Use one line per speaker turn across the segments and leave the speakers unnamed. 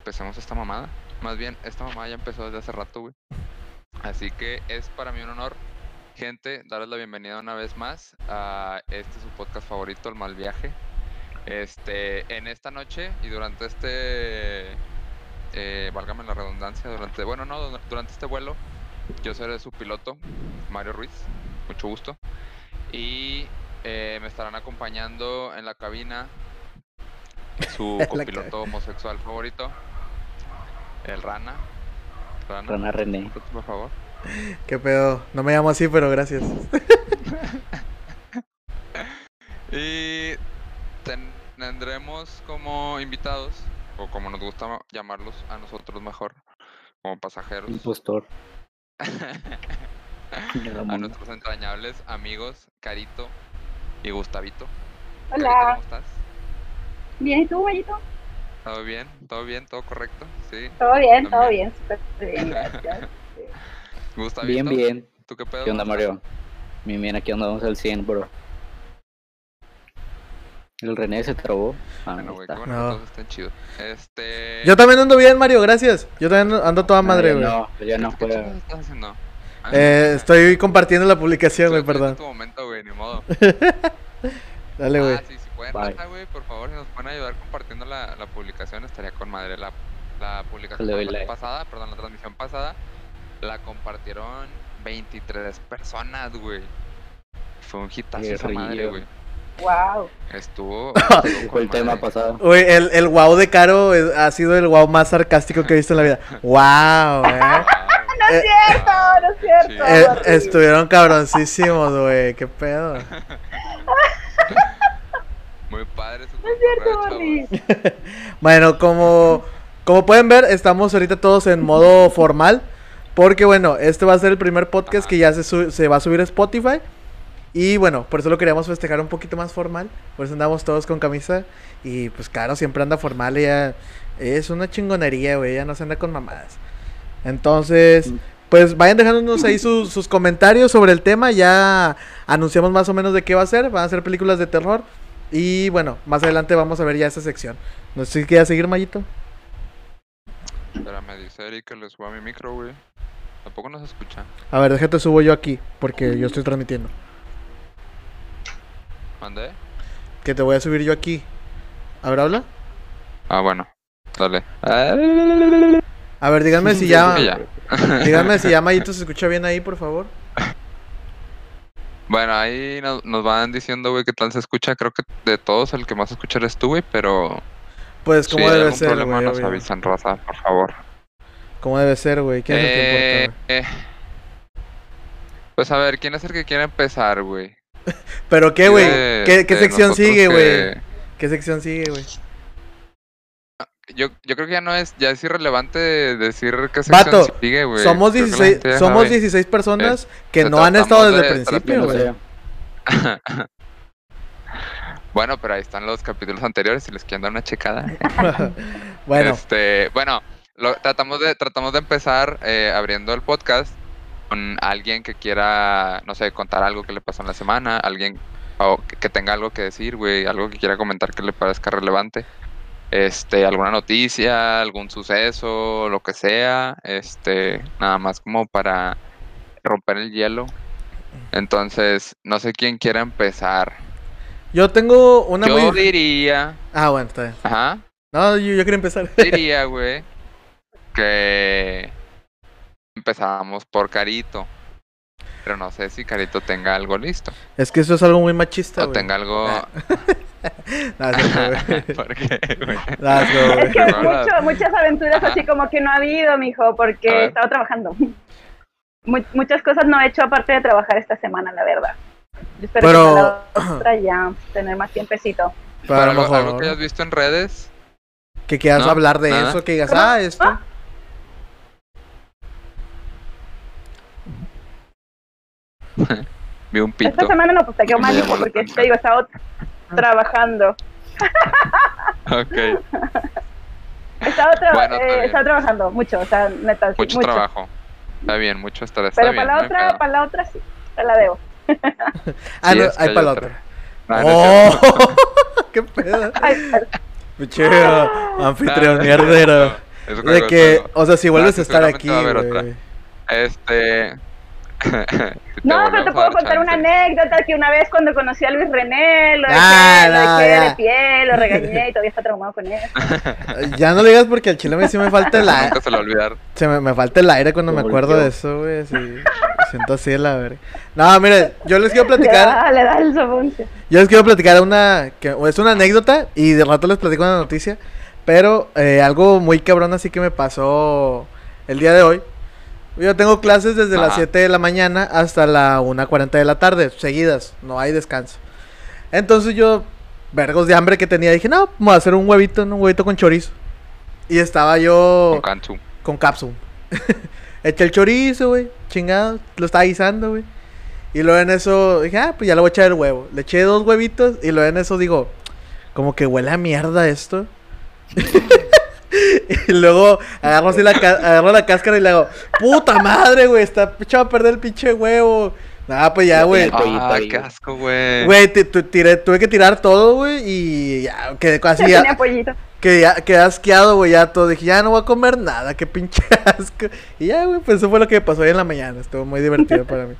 empezamos esta mamada. Más bien, esta mamada ya empezó desde hace rato, güey. Así que es para mí un honor, gente, darles la bienvenida una vez más a este su podcast favorito, El Mal Viaje. Este, en esta noche y durante este, eh, válgame la redundancia, durante, bueno, no, du- durante este vuelo, yo seré su piloto, Mario Ruiz, mucho gusto. Y eh, me estarán acompañando en la cabina su
La
copiloto homosexual favorito, el Rana. Rana,
Rana René.
por favor.
¿Qué pedo? No me llamo así, pero gracias.
Y ten- tendremos como invitados, o como nos gusta llamarlos a nosotros mejor, como pasajeros,
Impostor.
a nuestros entrañables amigos Carito y Gustavito. Carito,
Hola,
¿Cómo estás?
bien, ¿y tú, Mayito?
¿Todo bien? ¿Todo bien? ¿Todo correcto? Sí.
Todo bien, todo
También.
bien, súper bien, gracias.
Gustavito,
Bien, bien.
¿tú qué pedo?
¿Qué onda, Mario? Mi bien, aquí andamos al 100, bro. El René se trabó. Ah,
Bueno,
ahí
güey,
está.
qué bueno
No.
que todos estén chidos. Este...
Yo también ando bien, Mario, gracias. Yo también ando toda
No,
Ah, madre,
yo
güey.
No, pues ya no
¿Qué
fuera.
chingados estás haciendo? Ah,
Eh, estoy compartiendo la
estoy
publicación, güey,
esperando
perdón.
tu momento, güey, ni modo.
Dale, güey.
Ah, sí, si pueden,
Bye.
raza, güey, por favor, si nos pueden ayudar compartiendo la, la publicación, estaría con madre. La, la publicación
Le doy
la
like.
pasada, perdón, la transmisión pasada, la compartieron 23 personas, güey. Fue un hitazo
Qué
esa madre,
rillo.
güey.
Wow,
Estuvo.
Ese Fue el tema pasado.
Güey, el, el wow de Caro es- ha sido el wow más sarcástico que he visto en la vida. ¡Wow, eh!
¡No
Eh,
cierto, no es cierto.
eh,
horrible.
estuvieron cabroncísimos, güey. ¿Qué pedo?
Muy padre su
no es cierto,
cotorreo,
Borri.
chavos.
Bueno, como, como pueden ver, estamos ahorita todos en modo formal. Porque bueno, este va a ser el primer podcast
Ajá.
que ya se, su- se va a subir a Spotify. Y bueno, por eso lo queríamos festejar un poquito más formal. Por eso andamos todos con camisa. Y pues claro, siempre anda formal. Ella es una chingonería, güey. Ella no se anda con mamadas. Entonces, pues vayan dejándonos ahí sus- sus comentarios sobre el tema. Ya anunciamos más o menos de qué va a ser. Van a ser películas de terror. Y bueno, más adelante vamos a ver ya esa sección. No sé si quieres seguir, Mayito.
Espérame, dice Eric que le suba mi micro, güey. Tampoco nos escucha.
A ver, déjate subo yo aquí, porque yo estoy transmitiendo.
¿Mandé?
Que te voy a subir yo aquí. A ver, habla.
Ah, bueno. Dale.
A ver, díganme si
Ah,
ya.
ya.
díganme si ya Mayito se escucha bien ahí, por favor.
Bueno, ahí no- nos, van diciendo, güey, qué tal se escucha. Creo que de todos el que más escucha eres tú, güey, pero
Pues
si
como
hay
debe
algún
ser,
problema
güey.
nos
obvio.
avisan, raza, por favor.
Como debe ser, güey. ¿Quién es el que
Eh,
importa?
eh. Pues a ver, ¿quién es el que quiere empezar, güey?
güey? Pero qué, güey.
Dice,
¿Qué, qué
este,
sección
nosotros
sigue, güey?
que-
¿Qué sección sigue, güey?
Yo, yo creo que ya no es, ya es irrelevante decir qué sección
Vato,
sigue, güey.
Somos
Creo que la
16,
gente ya
somos
sabe.
16 personas
se
que no han estado
tratamos
desde
de-
el
Yo
principio,
no
güey.
sé.
Bueno, pero ahí están los capítulos anteriores, si les quieren dar una checada.
bueno,
Este, bueno, lo- tratamos de tratamos de empezar eh, abriendo el podcast con alguien que quiera, no sé, contar algo que le pasó en la semana, alguien o que- que tenga algo que decir, güey, algo que quiera comentar que le parezca relevante. Este, alguna noticia, algún suceso, lo que sea, este, nada más como para romper el hielo. Entonces, no sé quién quiera empezar.
yo tengo una
Yo
muy.
diría,
Ah, bueno, está bien.
ajá.
No, yo, yo quería empezar.
diría, güey, que empezábamos por Carito. Pero no sé si Carito tenga algo listo.
Es que eso es algo muy machista,
O
güey.
tenga algo.
No, es cierto, güey.
¿Por qué, güey?
No, es cierto, güey.
Es que
Qué bárbaro.
mucho- muchas aventuras
Ajá.
así como que no ha habido, mijo, porque
A ver.
he estado trabajando. Mu- muchas cosas no he hecho aparte de trabajar esta semana, la verdad. Yo espero que
Pero-
para la otra ya tener más tiempecito.
Pero a
Pero
lo
algo,
mejor
algo que hayas visto en redes.
que quieras
¿No?
hablar de
Nada.
eso, que digas, ah, esto.
Vi un
Esta
pito.
semana no, pues te quedó
Me
mal,
llamó
mijo,
la
porque
atención.
te digo, he estado trabajando.
Ok.
He estado, tra-
Bueno, está
eh, he
bien.
estado trabajando mucho, o sea, neta, sí,
Mucho trabajo. Está bien, mucho estar. Está
Pero
bien.
para la
no hay
otra,
pedo.
para la otra sí, te la debo.
Ah,
Sí,
no,
es que
ahí
hay
para la
otra.
otra.
Ah, no es cierto.
¡Oh! ¡Qué pedo!
Ay,
Picheo, anfitrión mierdero.
Eso
De
creo
que,
es todo.
o sea, si vuelves
sí,
a estar aquí,
seguramente va a haber otra.
güey.
Este. si
No, pero
volvemos
te
a
puedo
dar
contar una
chance.
anécdota que una vez cuando conocí a Luis René, lo dejé,
Ah,
lo
no,
dejé
ya.
de pie, lo regañé y todavía está traumado con él.
Ya no le digas porque al chile me sí me falta el
Eso
aire.
Nunca se lo va a olvidar.
Se me, me falta el aire cuando me
Lo
acuerdo
golpeó.
de eso, güey. así, me siento así, la verga. No, mire, yo les quiero
Le
platicar.
da, le da el soponcio.
Yo les quiero platicar una. Que, es una anécdota y de rato les platico una noticia. Pero eh, algo muy cabrón, así que me pasó el día de hoy. Yo tengo clases desde las
Ajá.
7 de la mañana hasta la 1.40 de la tarde, seguidas, no hay descanso. Entonces yo, vergos de hambre que tenía, dije, no, me voy a hacer un huevito, ¿no? un huevito con chorizo. Y estaba yo
Con Kanchu.
con capsum. Eché el chorizo, güey. Chingado. Lo estaba guisando, güey. Y luego en eso dije, ah, pues ya le voy a echar el huevo. Le eché dos huevitos y luego en eso digo, como que huele a mierda esto. y luego agarro así la, ca- agarro la cáscara y le hago, puta madre, güey. Está echado a perder el pinche huevo. Nah, pues ya, güey.
El pollito
Ah,
ahí,
qué
güey.
asco, güey.
Güey, ti- tu- tiré- tuve que tirar todo, güey, y ya quedé
Se
casi
tenía pollito.
que ya quedé asqueado, güey, ya todo. Dije, ya no voy a comer nada, qué pinche asco. Y ya, güey, pues eso fue lo que pasó hoy en la mañana. Estuvo muy divertido para mí.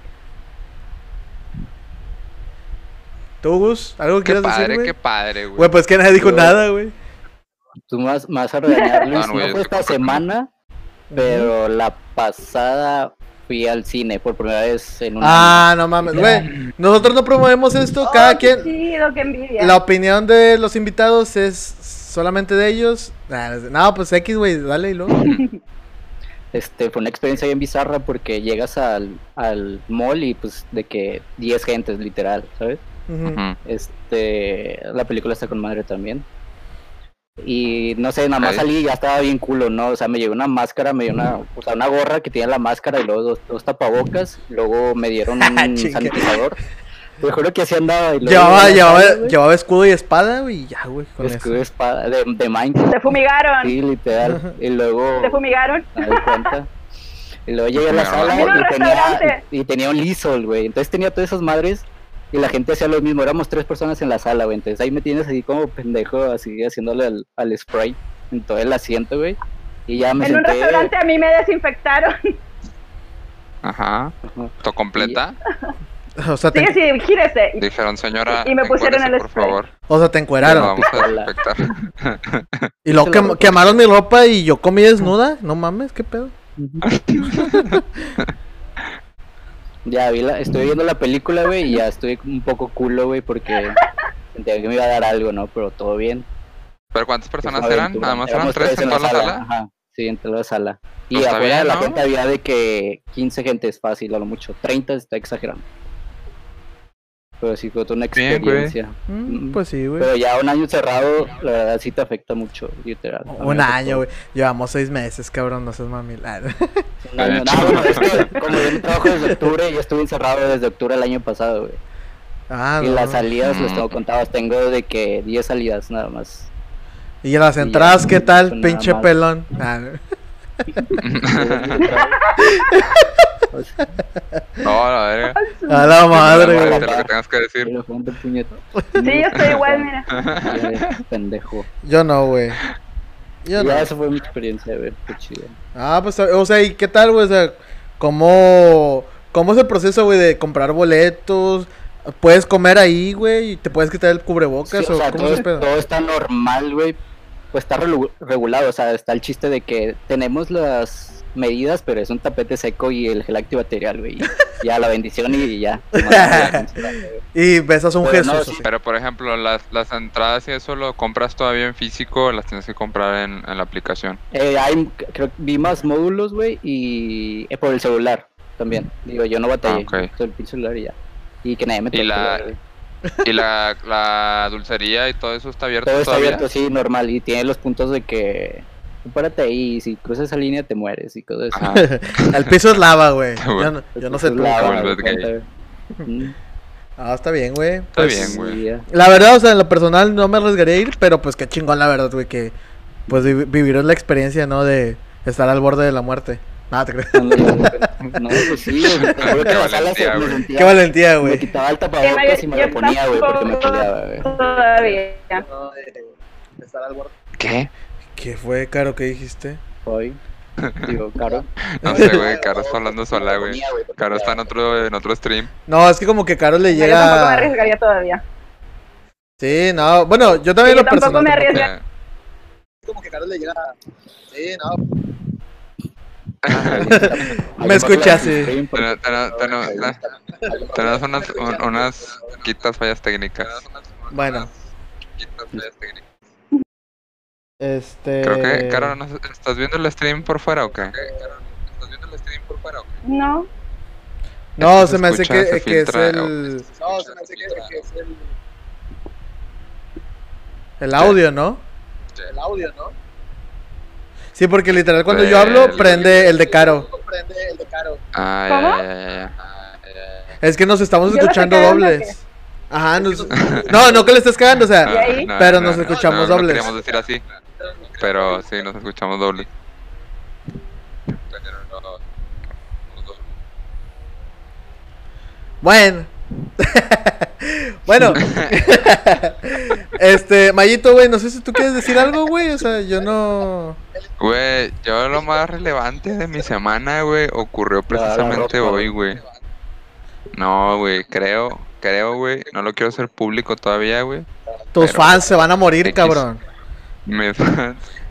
¿Tú, Gus? ¿Algo que
Qué
quieras
padre,
decir, güey?
qué padre, güey.
Güey, pues que nadie dijo
Yo-
nada, güey.
Tú más, más a regañar, Luis.
Ah, no,
No,
yo
fue
sé
esta
por qué.
semana, pero la pasada fui al cine por primera vez en un
Ah, no mames, güey. Nosotros no promovemos esto, cada
Oh, qué
quien.
Chido, qué envidia.
La opinión de los invitados es solamente de ellos. Nah, No, pues X, güey, dale y luego.
Este, fue una experiencia bien bizarra porque llegas al, al mall y pues de que 10 gentes, literal, ¿sabes?
Ujú.
Ujú.
Este, la película está con madre también. Y no sé, nada más
Ok.
salí y ya estaba bien culo, ¿no? O sea, me llegó una máscara, me dio una, o sea, una gorra que tenía la máscara y luego dos, dos tapabocas, luego me dieron un
Ah, Chinga.
sanitizador. Te juro que así andaba. Y luego
Llevaba,
en la
llevaba,
calle, güey,
llevaba escudo y espada, güey, y ya, güey, con eso.
escudo de espada, de, de Minecraft,
Te fumigaron.
sí, literal. Y luego...
Te fumigaron.
me doy cuenta. Y luego llegué a la
Mira,
sala
mira. Mira,
y tenía,
restaurante.
y tenía un lisol, güey. Entonces tenía todas esas madres y la gente hacía lo mismo. Éramos tres personas en la sala, güey. Entonces ahí me tienes así como pendejo, así haciéndole al, al spray en todo el asiento, güey. Y ya me
En un
senté.
restaurante a mí me desinfectaron.
Ajá.
Ajá.
¿To completa?
O sea,
Sí,
te,
sí, gírese. Y-
Dijeron, señora.
Y me pusieron
encuérdese,
el
Por
spray.
favor.
o sea,
Claro.
te encueraron.
Vamos a
Pistola.
detectar.
Y luego
Se la
quem-
ropa.
quemaron mi ropa y yo comí desnuda. No mames, qué pedo.
Ya vi la, estoy viendo la película, güey, y ya estoy un poco culo, güey, porque sentía que me iba a dar algo, ¿no? Pero todo bien.
¿Pero cuántas personas
Fue una
eran?
aventura.
Nada más eran
Éramos
tres en toda la sala.
Ajá, sí, en toda la sala. Y
Pues está
afuera de
bien,
la
¿no?
gente había de que 15 gente es fácil, a lo mucho. 30 está exagerando. Pero sí fue toda una
Bien, güey.
experiencia.
Mm,
Mm.
pues sí, güey.
Pero ya un año cerrado, la verdad sí te afecta mucho, literal. A mí
Un
me afectó.
año, güey. Llevamos seis meses, cabrón. No seas mami. Ah,
Un año. No, bueno, es que como yo no trabajo desde octubre, yo estuve encerrado desde octubre del año pasado, güey.
Ah,
y
no.
las salidas, les tengo
Mm.
contadas, tengo de que 10 salidas nada más.
Y las
ya,
entradas, ¿qué tal?
pues nada
Pinche
más.
pelón. Ah, no.
O sea,
No, la verga.
A
Nada
la madre,
más,
güey.
de lo que tengas que decir.
pero fue un puñeto.
Sí, yo estoy igual, mira.
Ah, Pendejo.
Yo no, güey. Yo
Ya,
no.
esa fue mi experiencia, güey. Qué chido.
Ah, pues, o sea, ¿y qué tal, güey? O sea, ¿cómo, cómo es el proceso, güey, de comprar boletos? ¿Puedes comer ahí, güey? ¿Y ¿Te puedes quitar el cubrebocas?
Sí,
o
o sea,
¿Cómo es
todo,
el pedo?
todo está normal, güey. Pues está relu- regulado, o sea, está el chiste de que tenemos las medidas, pero es un tapete seco y el gel antibacterial, güey. Y Ya la bendición y ya.
Y besas a un
Pero no,
Jesús.
sí.
así.
Pero, por ejemplo, las, las entradas y eso lo compras todavía en físico o las tienes que comprar en, en la aplicación.
Eh, hay, creo que vi más módulos, güey, y eh, por el celular también. Digo, yo no batallé.
Ah, ok.
Solo el pinche celular y ya. Y que nadie me
Y
toque,
la-
güey.
¿Y la, la dulcería y todo eso está abierto
Todo está
todavía?
abierto, sí, normal. Y tiene los puntos de que. tú Párate ahí, y si cruzas esa línea te mueres y cosas así.
Ajá.
El piso es lava, güey. Yo no, yo no sé
Entonces,
tú.
Pues la-
Como el
la-
Bad Guy.
Mm,
Ah, está bien, güey.
Está bien, güey.
sí, ya.
La verdad, o sea, en lo personal no me arriesgaría a ir, pero pues qué chingón, la verdad, güey, que pues vi- vivir es la experiencia, ¿no? De estar al borde de la muerte. Nada, te creo.
No, pues sí, güey, te juro que
Qué
la sala se-
valentía,
me
güey.
sentía-
Qué valentía,
Me
güey.
quitaba el tapabocas y me lo
Yo
ponía, güey, porque me
tampoco
peleaba, güey.
Todavía.
¿Qué?
¿Qué fue, Caro, que dijiste?
Hoy. Digo, Caro.
No sé, güey, Caro está hablando sola, güey. Caro está en otro, en otro stream.
No, es que como que Caro le
Yo tampoco me
llega.
arriesgaría todavía.
Sí, no. Bueno, yo también
Yo
lo
tampoco
personal.
me
O
arriesgaría.
sea,
Como que Carlos le llega. Sí, no,
Me escuchaste.
ten- ten- ten- Tenemos unas, un- unas quitas fallas técnicas.
Bueno, este.
Creo que, Caro, ¿no- ¿estás viendo el stream por fuera o qué?
No,
No,
Es que
se me hace
escucha,
que,
se
que es
filtra,
el,
No, se me hace que, que es el,
el audio, ¿no?
el audio, ¿no?
Sí, porque literal cuando yo hablo,
Del-
prende el de Caro.
Comprende el de Caro.
Ah, ya,
¿Cómo?
ya, ya, ya.
Es que nos estamos
¿Yo la
escuchando
sacaron o
dobles. Ajá, nos... no, no que le estés cagando, o
¿Y
sea,
Ah.
ahí?
Pero nos escuchamos
no,
dobles.
No queríamos decir así, pero sí, nos escuchamos dobles.
bueno. bueno. este, Mayito, güey, no sé si tú quieres decir algo, güey, o sea, yo no...
Güey, yo lo más relevante de mi semana, güey, ocurrió precisamente
ropa,
hoy, güey. No, güey, creo, creo, güey, no lo quiero hacer público todavía, güey.
Tus
Pero-
fans se van a morir,
X.
cabrón.
Me-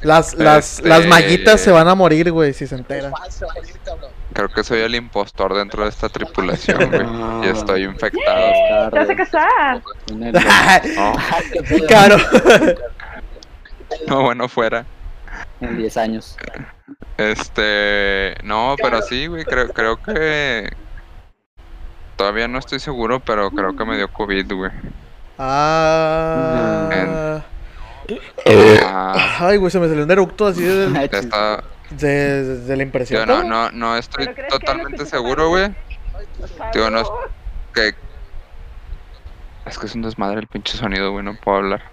Las, las,
Este-
las mallitas se van a morir, güey, si se enteran.
Pase, va a ir, cabrón.
Creo que soy el impostor dentro de esta tripulación, güey. Y estoy infectado.
te vas a casar.
No,
Ah,
Caro.
no, bueno, fuera.
En 10 años.
Este, no, pero sí, güey, creo, creo que todavía no estoy seguro, pero creo que me dio COVID, güey.
Ah...
Ah,
Ay, güey, se me salió un eructo así de,
está,
de- de la impresión.
yo no, no, no estoy
¿Pero crees que
totalmente
hayas
seguro, güey. Digo, no es
Por favor.
que es que es un desmadre el pinche sonido, güey, no puedo hablar.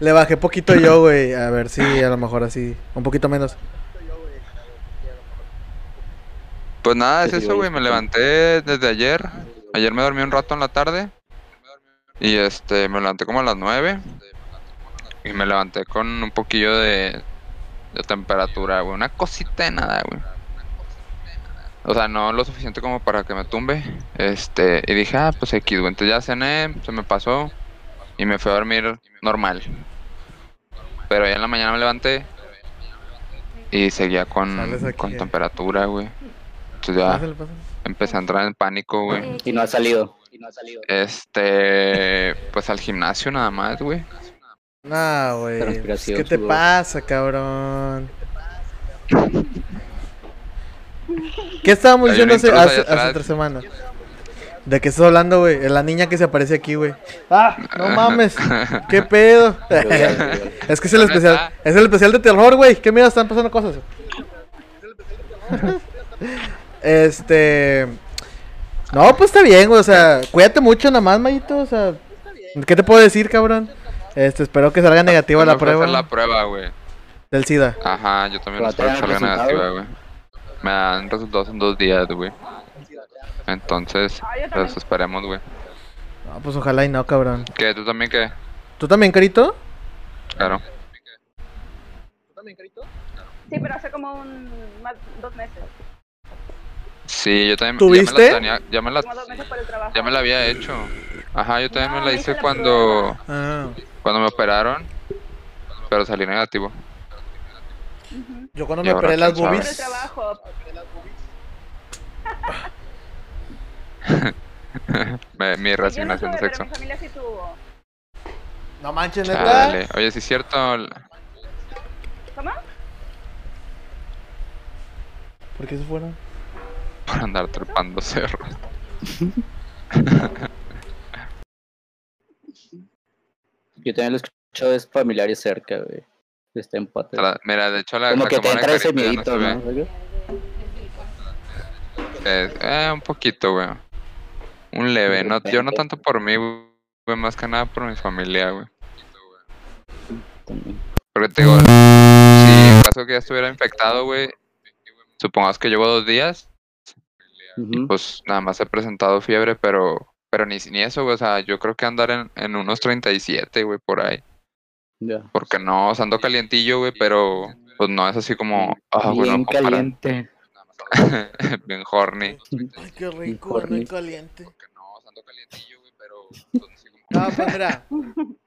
Le bajé poquito yo, güey. A ver si a lo mejor así. Un poquito menos.
Pues nada, es
Sí,
eso, güey, me levanté desde ayer. Ayer me dormí un rato en la tarde. Y este, me levanté como a las 9. Y me levanté con un poquillo de, de temperatura, güey. Una cosita de nada, güey. O sea, no lo suficiente como para que me tumbe. Este, y dije, ah, pues X, güey. Entonces ya cené, se me pasó. Y me fui a dormir normal. Pero ya en la mañana me levanté. Y seguía con,
Sales aquí,
con
eh.
temperatura, güey. Entonces Pues ya
Pásale, pásale.
empecé a entrar en pánico, güey.
Y no ha salido. Y no ha salido.
Este, pues al gimnasio nada más, güey.
No, güey. pues,
Transpiración,
¿Qué te
sudor.
pasa, cabrón? ¿Qué estábamos
Hay
diciendo
un
hace,
intruso
hace-
allá atrás.
hace tres semanas? ¿De qué estás hablando, güey? Es La niña que se aparece aquí, güey. ¡Ah! ¡No mames! ¿Qué pedo? es que es el
¿Dónde
especial.
está?
Es el especial de terror, güey. ¿Qué miedo están pasando cosas? este. No, pues está bien, güey. O sea, cuídate mucho nada más, Mayito. O sea, ¿qué te puedo decir, cabrón? Este, espero que salga negativa
Yo
la
me fui a hacer
prueba
la prueba, güey.
del SIDA.
Ajá, yo también
Pero
espero
te
que
dan el
salga negativa,
resultado.
güey. Me dan resultados en dos días, güey. Entonces,
Ah, yo también.
los esperemos, güey.
No, pues ojalá y no, cabrón.
¿Qué? ¿Tú también qué?
¿Tú también, Carito?
Claro.
Sí, pero hace como un, más, dos meses.
Sí, yo también.
¿Tuviste?
Ya me la, tenía- ya me la,
Como dos meses por el trabajo.
ya me la había hecho. Ajá, yo también
No,
me la
me
hice
hice la
cuando,
Ah.
cuando me operaron, pero salí negativo.
Ujú.
Yo cuando
Y
me
ahora
operé las
quién sabe.
Por el
boobies.
trabajo.
Me- mi
Yo no tuve,
resignación de
pero
sexo.
mi familia sí tuvo.
No manches, neta.
Chale. Oye, sí es cierto. la-
¿Cómo?
¿Por qué se fueron?
Por andar trepando cerros.
Yo también lo escucho de familiares cerca, güey. Está en patas.
Tra- Mira, de hecho la,
Como
la
que te
cámara de
entra ese
Carito ya no
miedito,
se ve.
¿no?
Es- eh, un poquito, güey. Un leve. No, yo no tanto por mí, güey. Más que nada por mi familia, güey.
También.
Porque te digo, si en caso que ya estuviera infectado, güey, supongamos que llevo dos días,
Ujú.
pues nada más he presentado fiebre, pero pero ni, ni eso, güey. O sea, yo creo que andar en, en unos 37, güey, por ahí.
Ya.
Porque no, o sea, ando calientillo, güey, pero pues no es así como. ah, güey,
Bien
no comparas.
caliente.
Bien horny.
Ay, qué rico,
Unicornio.
no caliente.
Porque no, o sea, ando calientillo, güey, pero. pues, así como-
No, pues mira.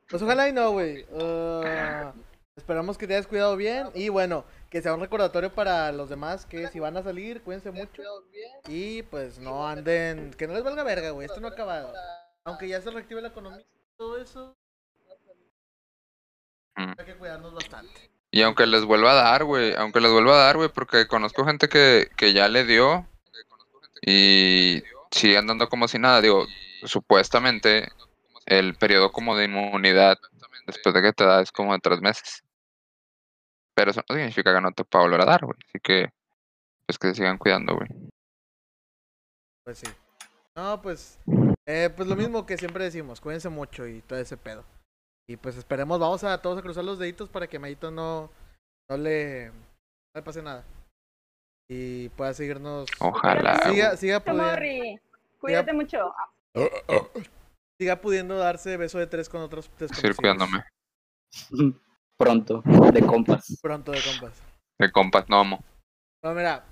Pues ojalá y no, güey. Ah, esperamos que te hayas cuidado bien. Y bueno, que sea un recordatorio para los demás que si van a salir, cuídense mucho. Y pues no anden. Que no les valga verga, güey. Esto no ha acabado. Aunque ya se reactive la economía y todo eso.
Mm.
Hay que cuidarnos bastante.
Y aunque les vuelva a dar, güey, aunque les vuelva a dar, güey, porque conozco gente que, que ya le dio y sigue andando como si nada. Digo, supuestamente el periodo como de inmunidad después de que te da es como de tres meses. Pero eso no significa que no te pueda volver a dar, güey. Así que, pues que se sigan cuidando, güey.
Pues sí. No, pues. eh, pues lo mismo que siempre decimos. Cuídense mucho y todo ese pedo. Y pues esperemos. Vamos a todos a cruzar los deditos para que Mayito no. No le. No le pase nada. Y pueda seguirnos.
Ojalá. güey.
Siga, siga, pudiendo,
Morri, cuídate mucho.
siga pudiendo darse beso de tres con otros
Seguir
desconocidos.
cuidándome.
Pronto, de compas.
Pronto de compas.
De compas, no amo.
No, mira.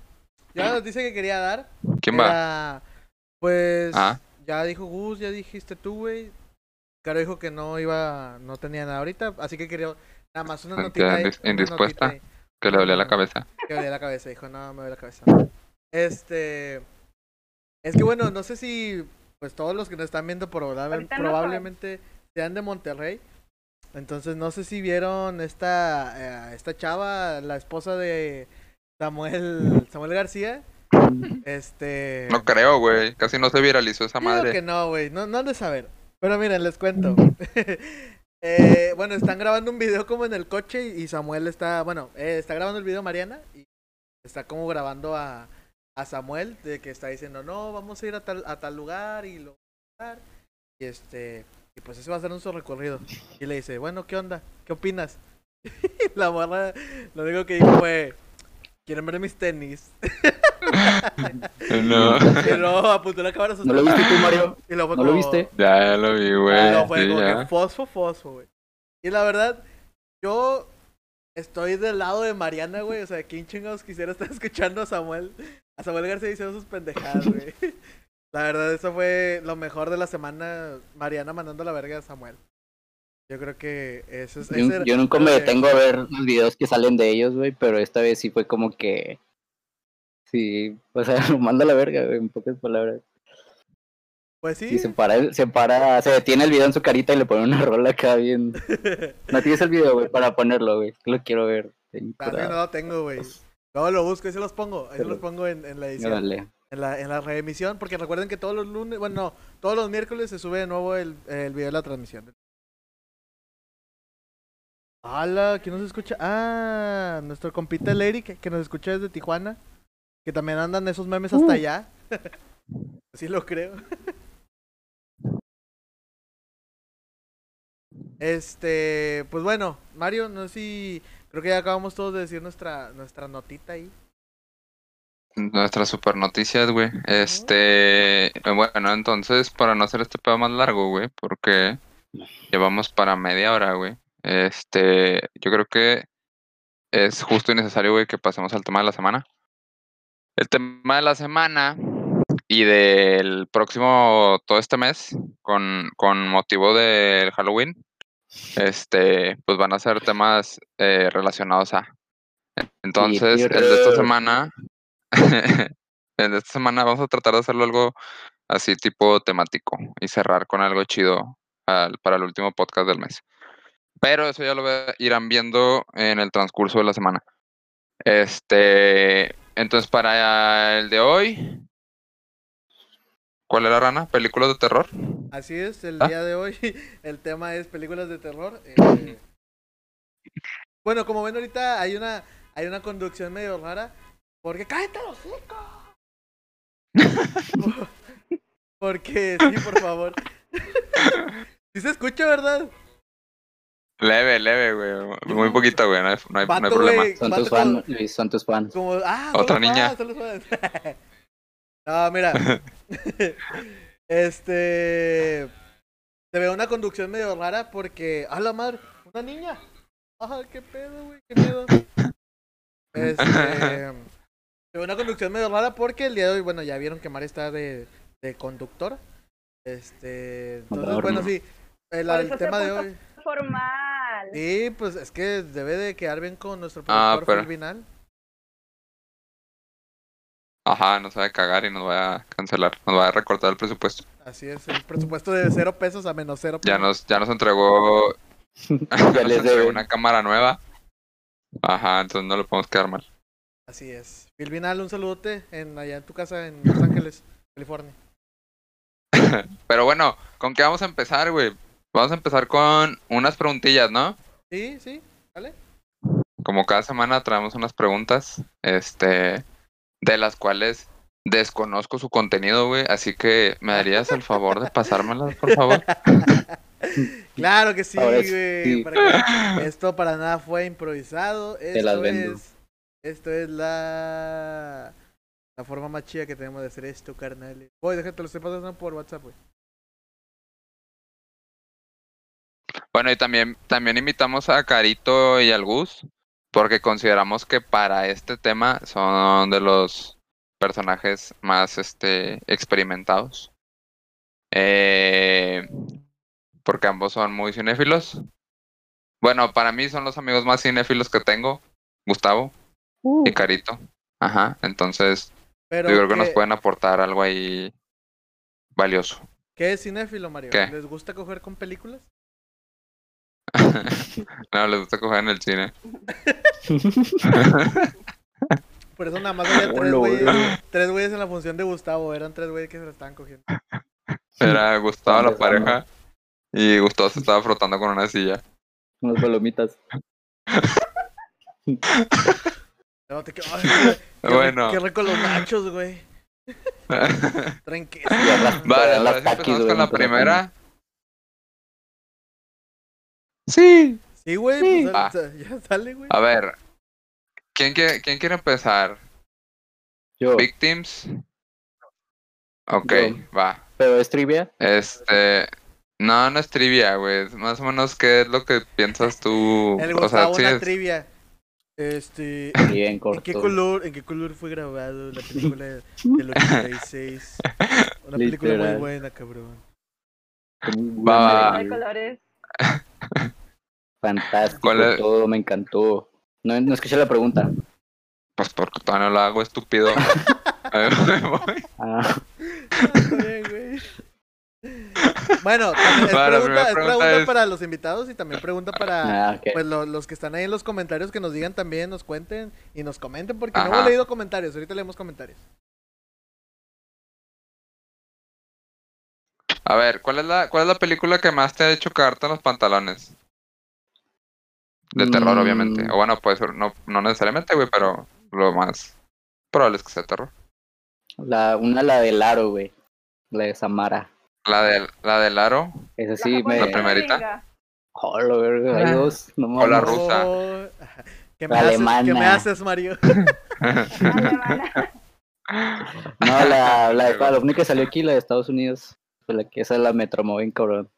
Ya nos dice que quería dar.
¿Quién va?
Era, Pues
Ah.
ya dijo Gus, ya dijiste tú, güey. Caro dijo que no iba, no tenía nada ahorita, así que quería nada más una
Que
notita ahí,
indis-
una
indispuesta.
notita ahí,
Que le dolía la cabeza.
que me dolía la cabeza, dijo, no, me duele la cabeza. Este, es que bueno, no sé si, pues todos los que nos están viendo proba-
Ahorita no,
probablemente sean de Monterrey, entonces no sé si vieron esta, eh, esta chava, la esposa de Samuel, Samuel García, este...
Eh, No creo, güey. Casi no se viralizó esa
Yo digo
madre.
que no, güey. No, no han de saber. Pero miren, les cuento. Eh, bueno, están grabando un video como en el coche y y Samuel está, bueno, eh, está grabando el video Mariana y está como grabando a, a Samuel de que está diciendo, no, vamos a ir a tal, a tal lugar y lo y este, y pues ese va a ser nuestro recorrido. Y le dice, bueno, ¿qué onda? ¿Qué opinas? Y la morra, lo único que dijo fue, quieren ver mis tenis.
No.
Pero apuntó la cámara a sus
¿No lo
tenis.
viste tú, Mario?
Y luego fue
¿No lo
como-
viste?
Ya, ya Ah, lo vi, güey.
Ah, No, fue
Pues, Sí,
como
ya.
que fosfo, fosfo, güey. Y la verdad, yo estoy del lado de Mariana, güey. O sea, ¿quién chingados quisiera estar escuchando a Samuel? A Samuel García diciendo sus pendejadas, güey. La verdad, eso fue lo mejor de la semana. Mariana mandando la verga a Samuel. Yo creo que eso es. ese
Yo,
era-
yo nunca me
era-
detengo a ver los videos que salen de ellos, güey, pero esta vez sí fue como que... Sí, o sea, lo manda a la verga, güey, en pocas palabras.
Pues sí.
Y se para, el- se para, se detiene el video en su carita y le pone una rola acá bien... No tienes el video, güey, para ponerlo, güey. que Lo quiero ver. Ten
Ah, sí, no
cuidado.
lo tengo, güey. Luego lo busco, ahí se los pongo. Ahí se
Pero-
los pongo en, en la edición.
Órale.
En la, en la reemisión, porque recuerden que todos los lunes, bueno, no, todos los miércoles se sube de nuevo el, el video de la transmisión. ¡Hala! ¿Quién nos escucha? Ah, nuestro compita el Eric, que nos escucha desde Tijuana, que también andan esos memes hasta allá. sí lo creo. este, pues bueno, Mario, no sé si, creo que ya acabamos todos de decir nuestra, nuestra notita ahí.
Nuestras super noticias, güey. Este, bueno, entonces, para no hacer este pedo más largo, güey, porque llevamos para media hora, güey. Este, yo creo que es justo y necesario, güey, que pasemos al tema de la semana. El tema de la semana y del próximo, todo este mes, con, con motivo del Halloween, este, pues van a ser temas eh, relacionados a. Entonces, el de esta
horror.
semana, el de esta semana vamos a tratar de hacerlo algo así tipo temático y cerrar con algo chido al- para el último podcast del mes. Pero eso ya lo ve- irán viendo en el transcurso de la semana. Este, entonces para el de hoy, ¿cuál era Rana? ¿Películas de terror?
Así es, el
¿Ah?
día de hoy el tema es películas de terror. eh, bueno, como ven ahorita hay una hay una conducción medio rara porque cállate los hocico. porque sí, por favor. Si se escucha, ¿verdad?
Leve, leve, güey. Muy poquito, güey. No hay, no hay- no hay
Vato,
problema.
güey,
Son
vato
tus
como-
fans, Luis, son tus fans.
Como, ah,
Otra
solo
niña.
fans, solo fans. no, mira. este. Se ve una conducción medio rara porque. ¡A la madre! ¡Una niña! ¡Ah, qué pedo, güey! ¡Qué miedo! Este, tuve una conducción medio rara porque el día de hoy, bueno, ya vieron que Mari está de, de conductora. Este, entonces,
Conductor,
bueno,
¿no?
sí, el,
Por
el
eso se
tema de
puso-
hoy.
Formal.
Sí, pues es que debe de quedar bien con nuestro
Ah,
productor
pero-
Phil Vinal.
Ajá, nos va a cagar y nos va a cancelar, nos va a recortar el presupuesto.
Así es, el presupuesto de cero pesos a menos cero
Ya
pesos.
nos, ya nos entregó,
Ya
nos
les
entregó
deben.
una cámara nueva. Ajá, entonces no le podemos quedar mal.
Así es. Phil Vinal, un saludote en, allá en tu casa en Los Ángeles, California.
Pero bueno, ¿con qué vamos a empezar, güey? Vamos a empezar con unas preguntillas, ¿no?
Sí, sí.
Como cada semana traemos unas preguntas, este, de las cuales desconozco su contenido, güey. Así que, ¿me darías el favor de pasármelas, por favor?
Claro que sí,
Ahora sí.
güey. para que- Esto para nada fue improvisado. Esto
las vendo.
es. Esto es la. La forma más chida que tenemos de hacer esto, carnal. Voy, déjate, lo estoy pasando por WhatsApp, güey.
Bueno, y también, también invitamos a Carito y al Gus, porque consideramos que para este tema son de los personajes más este, experimentados. Eh, porque ambos son muy cinéfilos. Bueno, para mí son los amigos más cinéfilos que tengo, Gustavo y Carito. Ajá, entonces
Pero.
yo Uh. creo que nos
¿qué-
pueden aportar algo ahí valioso.
¿Qué es cinéfilo, Mario?
¿Qué?
¿Les gusta coger con películas?
no, les gusta coger en el cine.
Por eso nada más había tres
Hola, güey.
güeyes. Tres güeyes en la función de Gustavo. Eran tres güeyes que se la estaban cogiendo.
Era Gustavo la
ah,
Empezando.
pareja y Gustavo se estaba frotando con una silla.
Unas palomitas.
No, te... Ay, güey, qué, bueno.
Bueno.
qué rico los nachos, güey.
vale,
Tranquilo.
Las
entonces empezamos
taquis, güey,
con la
empezamos.
primera. Sí.
Sí, güey.
Sí.
pues,
Ah.
sal- Ya sale, güey.
A ver, ¿quién quiere, quién quiere empezar?
Yo,
¿Victims? Ok,
Yo.
va.
pero es trivia.
Este. No, no es trivia, güey. es Más o menos, ¿qué es lo que piensas tú?
El
O sea,
Gustavo,
sí
una
es-
trivia. Este.
Bien corto.
¿En qué, color, ¿En qué color fue grabado la película del 86? Una película muy
Literal.
buena, cabrón.
Va.
De colores.
Fantástico,
¿Cuál es?
todo me encantó. No, no escuché la pregunta.
Pues porque todavía no lo hago, estúpido. A ver, voy.
Ah,
Ah, está bien, güey. Bueno, también es
Va, la
pregunta,
primera pregunta
es pregunta
es-
para los invitados y también pregunta para
ah, ok.
pues, lo- los que están ahí en los comentarios que nos digan también, nos cuenten y nos comenten porque no
Ajá.
hemos leído comentarios. Ahorita leemos comentarios.
A ver, ¿cuál es la, cuál es la película que más te ha hecho cagarte en los pantalones? De terror,
Mm.
obviamente. O bueno, puede ser, no, no necesariamente, güey, pero lo más probable es que sea terror.
La, una, la del aro, güey. La de Samara.
La del, la del aro.
Esa
La
sí me.
japonesa,
La primerita.
venga.
Hola, verga,
Ah.
hay dos. No
O la
mames.
ru- rusa.
Oh, ¿Qué, me
La
haces, ¿Qué me
alemana.
haces, Mario?
Alemana.
No, la, la, de- la única que salió aquí, la de Estados Unidos. Fue la que esa la me tromó bien, cabrón.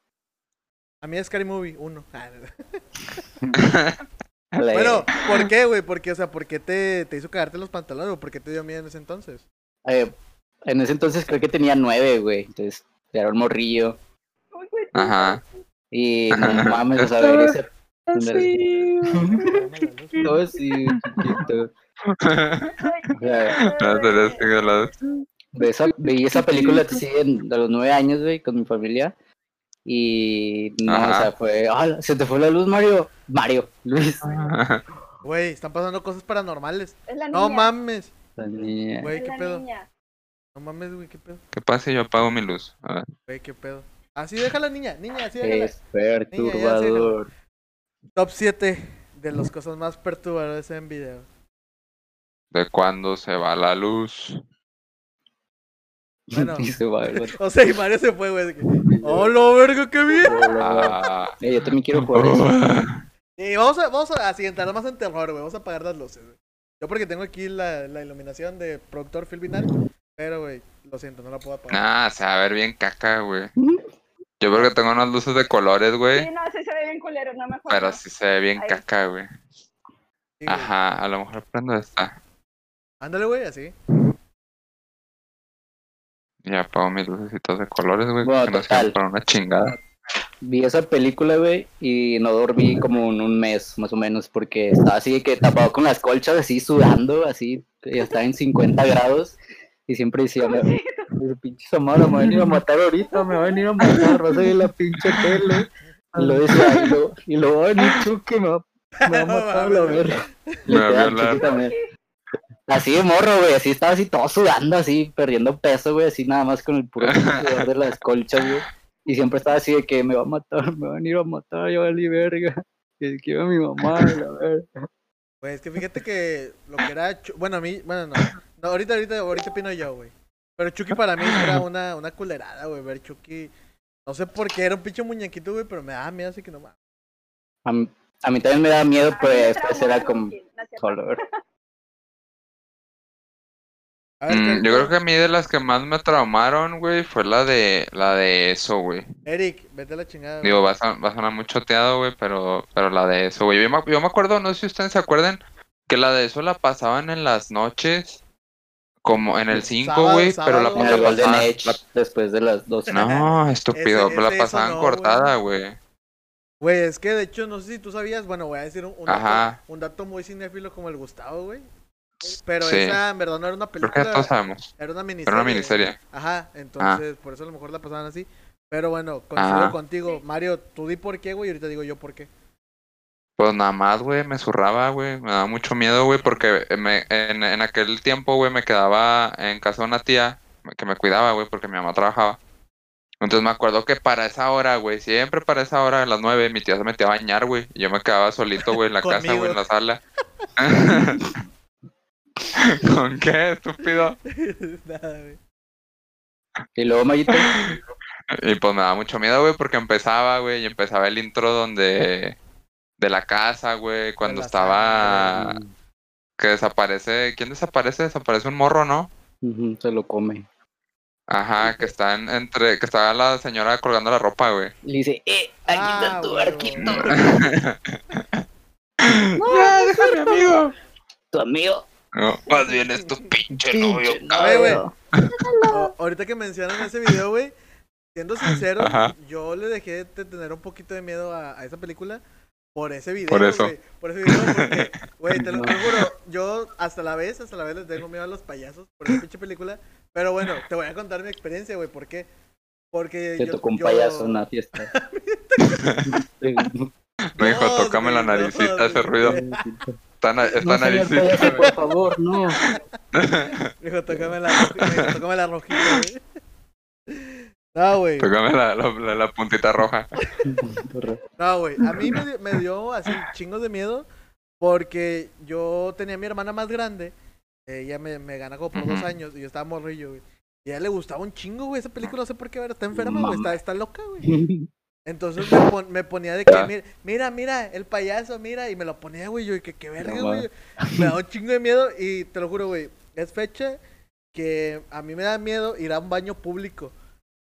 A mí es Scary Movie 1. Ah, no.
La de-
Bueno, ¿por qué, güey? Porque, o sea, ¿por qué te, te hizo cagarte los pantalones? ¿O por qué te dio miedo en ese entonces?
eh, en ese entonces creo que tenía nueve, güey. Entonces, era un morrillo.
Uy, güey, tú.
Ajá.
Y no mames, o sea, ver ese. Todo así, chiquito.
Ay,
O sea,
La del- este la del-
de esa, vi esa película así en, de los nueve años, güey, con mi familia. Y no,
Ajá.
o sea, fue. "Ah, se te fue la luz, Mario. Mario, Luis.
Güey, están pasando cosas paranormales.
Es la niña.
No mames.
La niña.
Güey,
Es
qué
la
pedo.
niña.
No mames, güey, qué pedo.
¿Qué pasa si yo apago mi luz? A ver.
Güey, qué pedo. Así déjala, niña. Niña, así déjala.
Es perturbador.
Top 7 de las cosas más perturbadoras en video.
¿De cuándo se va la luz?
Bueno.
Y se va el otro.
O sea, y Mario se fue, güey. de que, ¡Hola, verga, qué bien!
Ah.
Eh, yo también quiero jugar eso.
Y vamos a, vamos a accidentar más en terror, güey. Vamos a apagar las luces, güey. Yo porque tengo aquí la, la iluminación de productor Phil Vinal. Pero, güey, lo siento, no la puedo apagar.
Nah, se va a ver bien caca, güey. Yo creo que tengo unas luces de colores, güey.
Sí, no, sí se ve bien culero, no me acuerdo.
Pero sí se ve bien
Ahí.
caca, güey.
güey.
Ajá, a lo mejor prendo esta.
Ándale, güey, así.
Y apago mis lucecitas de colores, güey,
Bueno,
que no
total.
sirven para una chingada.
Vi esa película, güey, y no dormí como en un mes, más o menos, porque estaba así de que tapado con las colchas, así sudando, así, y estaba en 50 grados, y siempre decía,
¿Cómo
"Me-
sí?
el pinche Samara me va a venir a matar ahorita, me va a venir a matar, va a salir la pinche tele. Y lo decía, y lo, y lo va a venir Chucky, me va, me va a matar a la verga.
Me va a
Literal,
violar.
Chucky también. Así de morro, güey, así estaba así todo sudando, así, perdiendo peso, güey, así nada más con el puro pinche sudor de las colchas, güey. Y siempre estaba así de que me va a matar, me va a venir a matar, yo valí verga. Que quiero a mi mamá, la verga.
Pues es que fíjate que lo que era. Chu- Bueno, a mí. Bueno, no. No, ahorita, ahorita, ahorita opino yo, güey. Pero Chucky para mí era una, una culerada, güey. Ver Chucky. No sé por qué, era un pinche muñequito, güey, pero me daba miedo, así que no mames.
A mí, a mí también me da miedo, pero después era como...
No es cierto.
Color.
A ver,
Mm,
¿qué-
yo creo que a mí de las que más me traumaron, güey, fue la de la de eso, güey.
Eric, vete a la chingada. güey.
Digo, va a, son- va a sonar muy choteado, güey, pero, pero la de eso, güey. Yo me, yo me acuerdo, no sé si ustedes se acuerdan, que la de eso la pasaban en las noches, como en el 5,
Sábado,
güey, pero la,
sábado.
En
la
el Golden
pasaban-
Edge,
ah, la-
después de las 12.
no, estúpido,
Ese-
pero
ese
la
eso
pasaban
no, güey.
cortada, güey.
Güey, es que de hecho, no sé si tú sabías, bueno, voy a decir un, un dato,
Ajá.
un dato muy cinéfilo como el Gustavo, güey. Pero
Sí.
esa, en verdad, no era una
Creo que
película,
ya todos sabemos.
era una miniserie.
Era una miniserie. Ah.
Ajá, entonces, por eso a lo mejor la pasaban así. Pero bueno, coincido
Ajá.
contigo. Mario, tú di por qué, güey, y ahorita digo yo por qué.
Pues nada más, güey, me zurraba, güey, me daba mucho miedo, güey, porque me, en, en aquel tiempo, güey, me quedaba en casa de una tía que me cuidaba, güey, porque mi mamá trabajaba. Entonces me acuerdo que para esa hora, güey, siempre para esa hora, a las nueve, mi tía se metía a bañar, güey, y yo me quedaba solito, güey, en la casa, güey,
Conmigo.
en la sala. ¿Con qué, estúpido?
Nada, güey.
Y luego, Mayito,
Y pues me daba mucho miedo, güey, porque empezaba, güey, y empezaba el intro donde... De la casa, güey, cuando
la
estaba... Que desaparece... ¿Quién desaparece? Desaparece un morro, ¿no?
ujú, se lo come.
Ajá, que está en- entre... Que está la señora colgando la ropa, güey.
Y le dice, eh, aquí
Ah,
está tu
güey,
arquito,
güey.
¡Ya, deja a mi amigo!
tu amigo.
No, más bien es tu pinche novio,
pinche
cabrón.
Ay, güey.
novio".
A- ahorita que mencionan ese video, güey, siendo sincero,
Ajá.
yo le dejé de tener un poquito de miedo a, a esa película por ese video.
Por eso.
güey. por ese video, porque, güey, te lo
No.
te lo juro, yo hasta la vez, hasta la vez les tengo miedo a los payasos por esa pinche película. Pero bueno, te voy a contar mi experiencia, güey, ¿por qué? Porque
Te
yo-
tocó un
yo-
payaso en una fiesta.
Me dijo,
Dos,
tócame la
güey,
naricita,
dos,
ese ruido.
güey.
Esta, na- esta
no, señor
naricita,
payaso,
güey.
por favor, no.
Me dijo, tócame la, roji- me dijo, "Tócame la rojita, güey. No, güey.
Tócame la, la- la- la puntita roja.
No, güey, a mí me, di- me dio así chingos de miedo porque yo tenía a mi hermana más grande, ella me, me gana como por dos
Ujú.
años y yo estaba morrillo, güey. Y a ella le gustaba un chingo, güey, esa película, no sé por qué, pero está enferma, güey, está, está loca, güey. Entonces me, pon- me ponía de que,
Ya.
mira, mira, mira, el payaso, mira, y me lo ponía, güey, yo, y que qué verga,
No,
güey. Me da un chingo de miedo y te lo juro, güey, es fecha que a mí me da miedo ir a un baño público.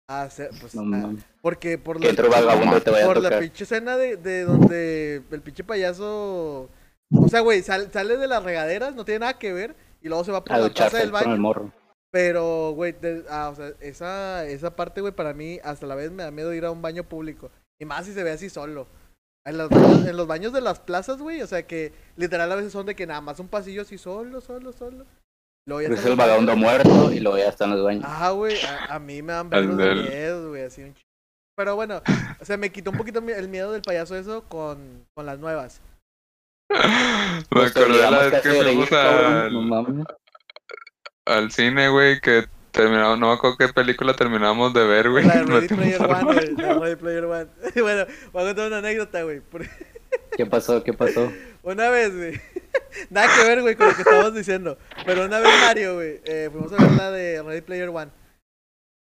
A hacer, pues,
No,
a-
mames.
porque por
Que entre un vagabundo te vaya a
por la
tocar.
pinche escena de, de donde el pinche payaso. O sea, güey, sal- sale de las regaderas, no tiene nada que ver. Y luego se va por
A
la taza
ducharte
del
con el
baño.
morro.
Pero, güey, de- ah, o sea, esa, esa parte, güey, para mí hasta la vez me da miedo ir a un baño público. Y más si se ve así solo. En los baños, en los baños de las plazas, güey, o sea que literal a veces son de que nada más un pasillo así solo, solo, solo. Luego ya
Es
están los baños.
el vagabundo muerto y luego ya están los baños.
Ajá, Ah, güey, a, a mí me dan
Al
vergos de
del-
miedo, güey, así un ch- Pero bueno, o sea, me quitó un poquito mi- el miedo del payaso eso con, con las nuevas.
Me acordé
Nos
la vez
olvidamos
que
hace reír,
fuimos
cabrón, no
al,
mames.
al cine, güey, que terminamos, no me acuerdo qué película terminamos de ver, güey.
La de Ready
Metimos
Player
al
One,
baño.
güey, la de Ready Player One. bueno, voy a contar una anécdota, güey. por-
¿Qué pasó? ¿Qué pasó?
Una vez, güey. Nada que ver, güey, con lo que estábamos diciendo. Pero una vez, Mario, güey, eh, fuimos a ver la de Ready Player One.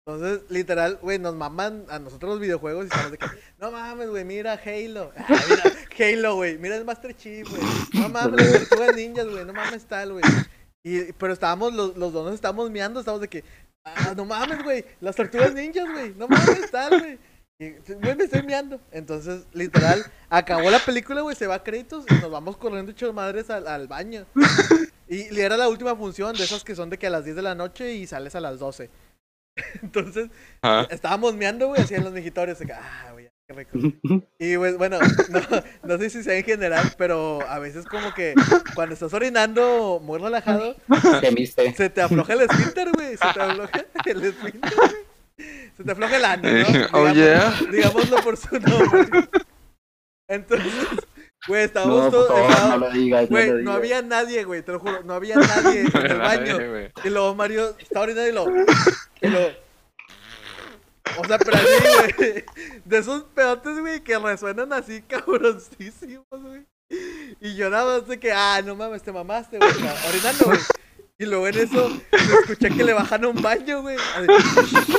Entonces, literal, güey, nos maman a nosotros los videojuegos y estamos de que, no mames, güey, mira Halo. Ah, mira, Halo, güey, mira el Master Chief, güey. No mames, las tortugas ninjas, güey, no mames tal, güey. Y, pero estábamos, los, los dos nos estábamos mirando, estábamos de que, ah, no mames, güey, las tortugas ninjas, güey, no mames tal, güey. Y, güey, me estoy meando. Entonces, literal, acabó la película, güey, se va a créditos y nos vamos corriendo hechos madres al, al baño. Y era la última función de esas que son de que a las 10 de la noche y sales a las 12. Entonces,
Ajá.
estábamos meando, güey, así en los mijitorios. de que, Ah, güey, qué rico. Y pues bueno, no, no sé si sea en general, pero a veces como que cuando estás orinando muy relajado,
Temiste.
se te afloja el esfínter, güey. Se te afloja el esfínter, güey. Se te afloja el ano, ¿no?
Eh, oh,
Digamos-
yeah.
Digámoslo por su nombre. Entonces, güey, estábamos
No, por
todos...
favor, no
estábamos-
lo digas, no
Güey,
lo
no,
digas.
había nadie, güey, te lo juro, no había nadie en el baño.
Ay, güey.
Y luego Mario está orinando y lo. Y lo... O sea, pero así, güey. De esos pedotes, güey, que resuenan así cabroncísimos, güey. Y yo nada más de que, ah, no mames, te mamaste, güey. está Orinando, güey. Y luego en eso, se escucha que le bajan a un baño, güey. así,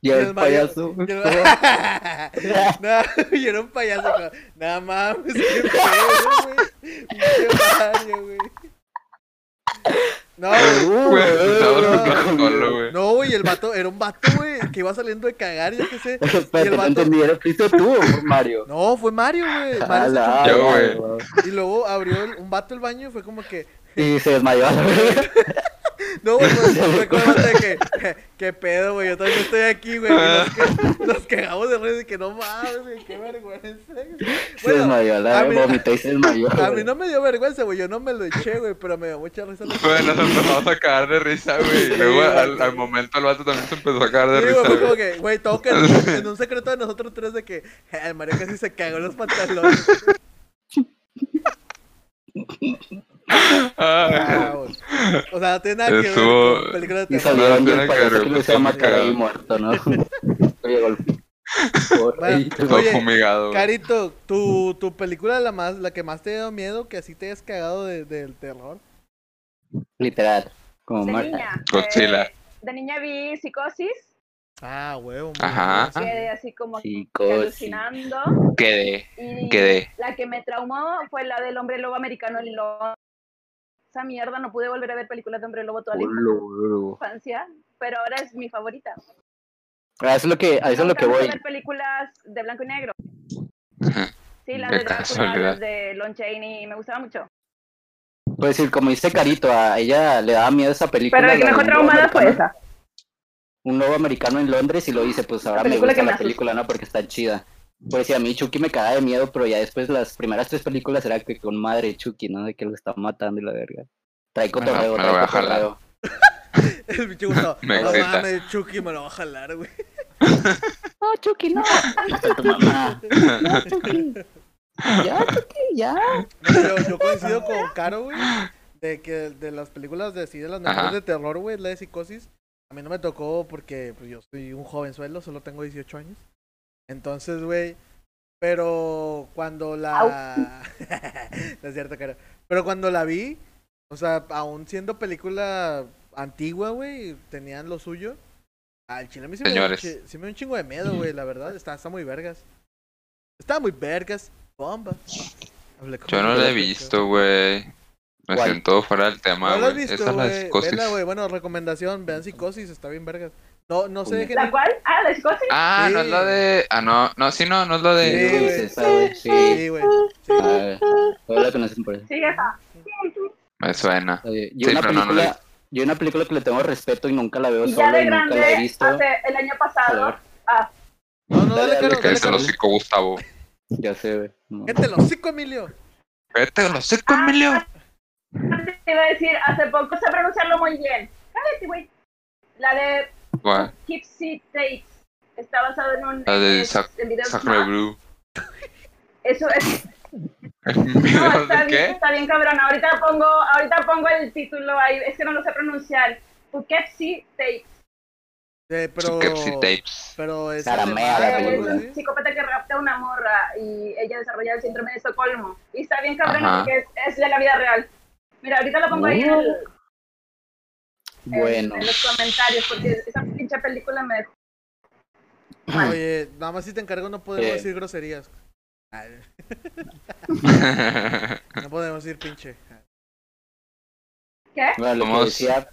Y el
Mario-
payaso.
y el- no, y era un payaso, güey. No mames, qué pedo, güey. Qué Mario, güey. No, güey.
Güey, estaba
no,
soplando
no,
solo,
no.
güey.
No, güey, el vato era un vato, güey, que iba saliendo de cagar, yo qué sé. Y
Espérate,
el
no
vato.
entendí, ¿era Cristo tú o fue Mario?
No, fue Mario, güey.
A
Mario se
la-
Yo,
a la-
güey.
chupó- Y luego abrió el- un vato el baño y fue como que.
Y se desmayó.
No, güey, fue, fue como el vato de que. ¿Qué pedo, güey? Yo también estoy aquí, güey. y Nos, que- nos cagamos de risa y que no mames, güey, qué vergüenza. güey".
Se
Bueno,
desmayó, la
a mí-
vomitó y se desmayó.
a mí
güey.
no me dio vergüenza, güey. Yo no me lo eché, güey, pero me dio mucha risa. la-
Güey, nos empezamos a cagar de risa, güey. Y Luego
güey.
al, al momento el vato también se empezó a cagar de
Sí, güey,
risa,
fue como
güey.
que, güey, todo que en un secreto de nosotros tres de que "Ja, el Mario casi se cagó en los pantalones.
Ay,
Ah, güey. O sea, no tiene nada que
Estuvo-
ver con película de
Y
terror.
salió- no,
salieron bien
tiene
el
que
payaso
ver,
que
güey,
lo llama
está
Macaray
cagado.
muerto, ¿no? Oye, golpe. Por-
Bueno,
Ey, pues,
todo
Oye,
fumigado, güey.
Carito, ¿tu, tu película la más, la que más te dio miedo, que así te hayas cagado de- del terror?
Literal. Como
De
Mario.
niña.
Godzilla.
eh, de niña vi psicosis,
Ah, huevo. muy
Ajá.
bien.
quedé así como que
Psicosis.
alucinando.
Quedé,
Y
quedé.
la que me traumó fue la del hombre lobo americano en Londres. Esa mierda, no pude volver a ver películas de hombre lobo toda la
Culo.
infancia, pero ahora es mi favorita.
Ah, Eso es lo que, a eso es lo
Nunca
que
me gusta
voy.
ver películas de blanco y negro.
Ajá.
Sí, las
Qué
de Drácula,
casualidad.
las de Lon Chaney, me gustaba mucho.
Pues decir, como dice Carito, a ella le daba miedo esa película.
Pero la que
la
me dejó
del lobo
traumada fue
americano.
esa.
un lobo americano en Londres y lo hice, pues ahora
La
me
película
gusta
que me
la
asustó.
película, ¿no? Porque está chida. Pues sí, a mí Chucky me cagaba de miedo, pero ya después las primeras tres películas era que con madre Chucky, ¿no? De que lo está matando y la verga. Trae
lo-
cotorreo,
me lo voy
trae
a jalar.
cotorreo.
El bicho gustado.
Me
no
excita.
mames, Chucky me lo va a jalar, güey.
No, Chucky, no. Está tu mamá. Ya, Chucky. Ya, Chucky, ya.
No, yo, yo coincido con Caro, güey, de que de las películas de así, de las mejores
Ajá.
de terror, güey, la de psicosis. A mí no me tocó porque pues, yo soy un jovenzuelo, solo tengo 18 años. Entonces, güey, pero cuando la... no es cierto, Caro. Pero cuando la vi, o sea, aún siendo película antigua, güey, tenían lo suyo. Al chile a mí sí me, dio un
Señores.
chi- sí me dio un chingo de miedo, güey, la verdad. Está, está muy vergas. Está muy vergas. Bomba. Hablé como
Yo no la he
loco,
visto, güey. Me
¿Cuál?
siento fuera del tema,
cabrón. No la has
güey.
visto,
Esa es la
güey.
psicosis.
Vela, güey. Bueno, recomendación. Vean Psicosis. Está bien vergas. No, no se
Uy.
dejen...
¿La cual? Ah, la de psicosis.
Ah, no es la
Sí.
de. Ah, no, no, sí, no, no es la
Sí,
de.
güey.
es esa, güey, Sí.
Sí, güey.
A
Ah,
ver, Ah, todos la conocen por eso.
Sí, esa.
Me suena.
Oye, Yo
Sí,
una
pero no, no la he
película... Yo una película que le tengo respeto y nunca la veo
Y ya
sola
de
y nunca la he
grande,
visto.
hace el año pasado. Ah,
No, no, dale,
Dale, dale,
Caro.
Que
Dale,
es el
Caro.
hocico Gustavo.
Ya sé, güey. No.
Gente, los cinco, Emilio.
Vete el hocico,
Ah,
Emilio.
te iba a decir, hace poco sé pronunciarlo muy bien. Cállate, güey. La de
Güey,
Gypsy Dates. Está basado en un.
La de
en-
Sac-
en videos-
Sacre Blue.
Eso es. No,
¿Videos
está
de
bien,
qué?
está bien cabrón. Ahorita pongo, ahorita pongo el título ahí. Es que no lo sé pronunciar. Poughkeepsie Tapes.
Eh, pero...
Sukepsi Tapes.
Pero es...
Saramea,
alemana,
la
¿no?
Eh, Es
película.
Algo
un
así.
psicópata que rapta a una morra y ella desarrolla el síndrome de Estocolmo. Y está bien cabrón
Ajá.
porque es, es de la vida real. Mira, ahorita lo pongo ahí en, el- en-
Uh, Bueno.
en los comentarios porque esa pinche película me dejó.
Oye, nada más si te encargo no podemos
Sí.
decir groserías. Ay, No podemos decir pinche.
¿Qué?
Bueno, lo que
Somos-
decía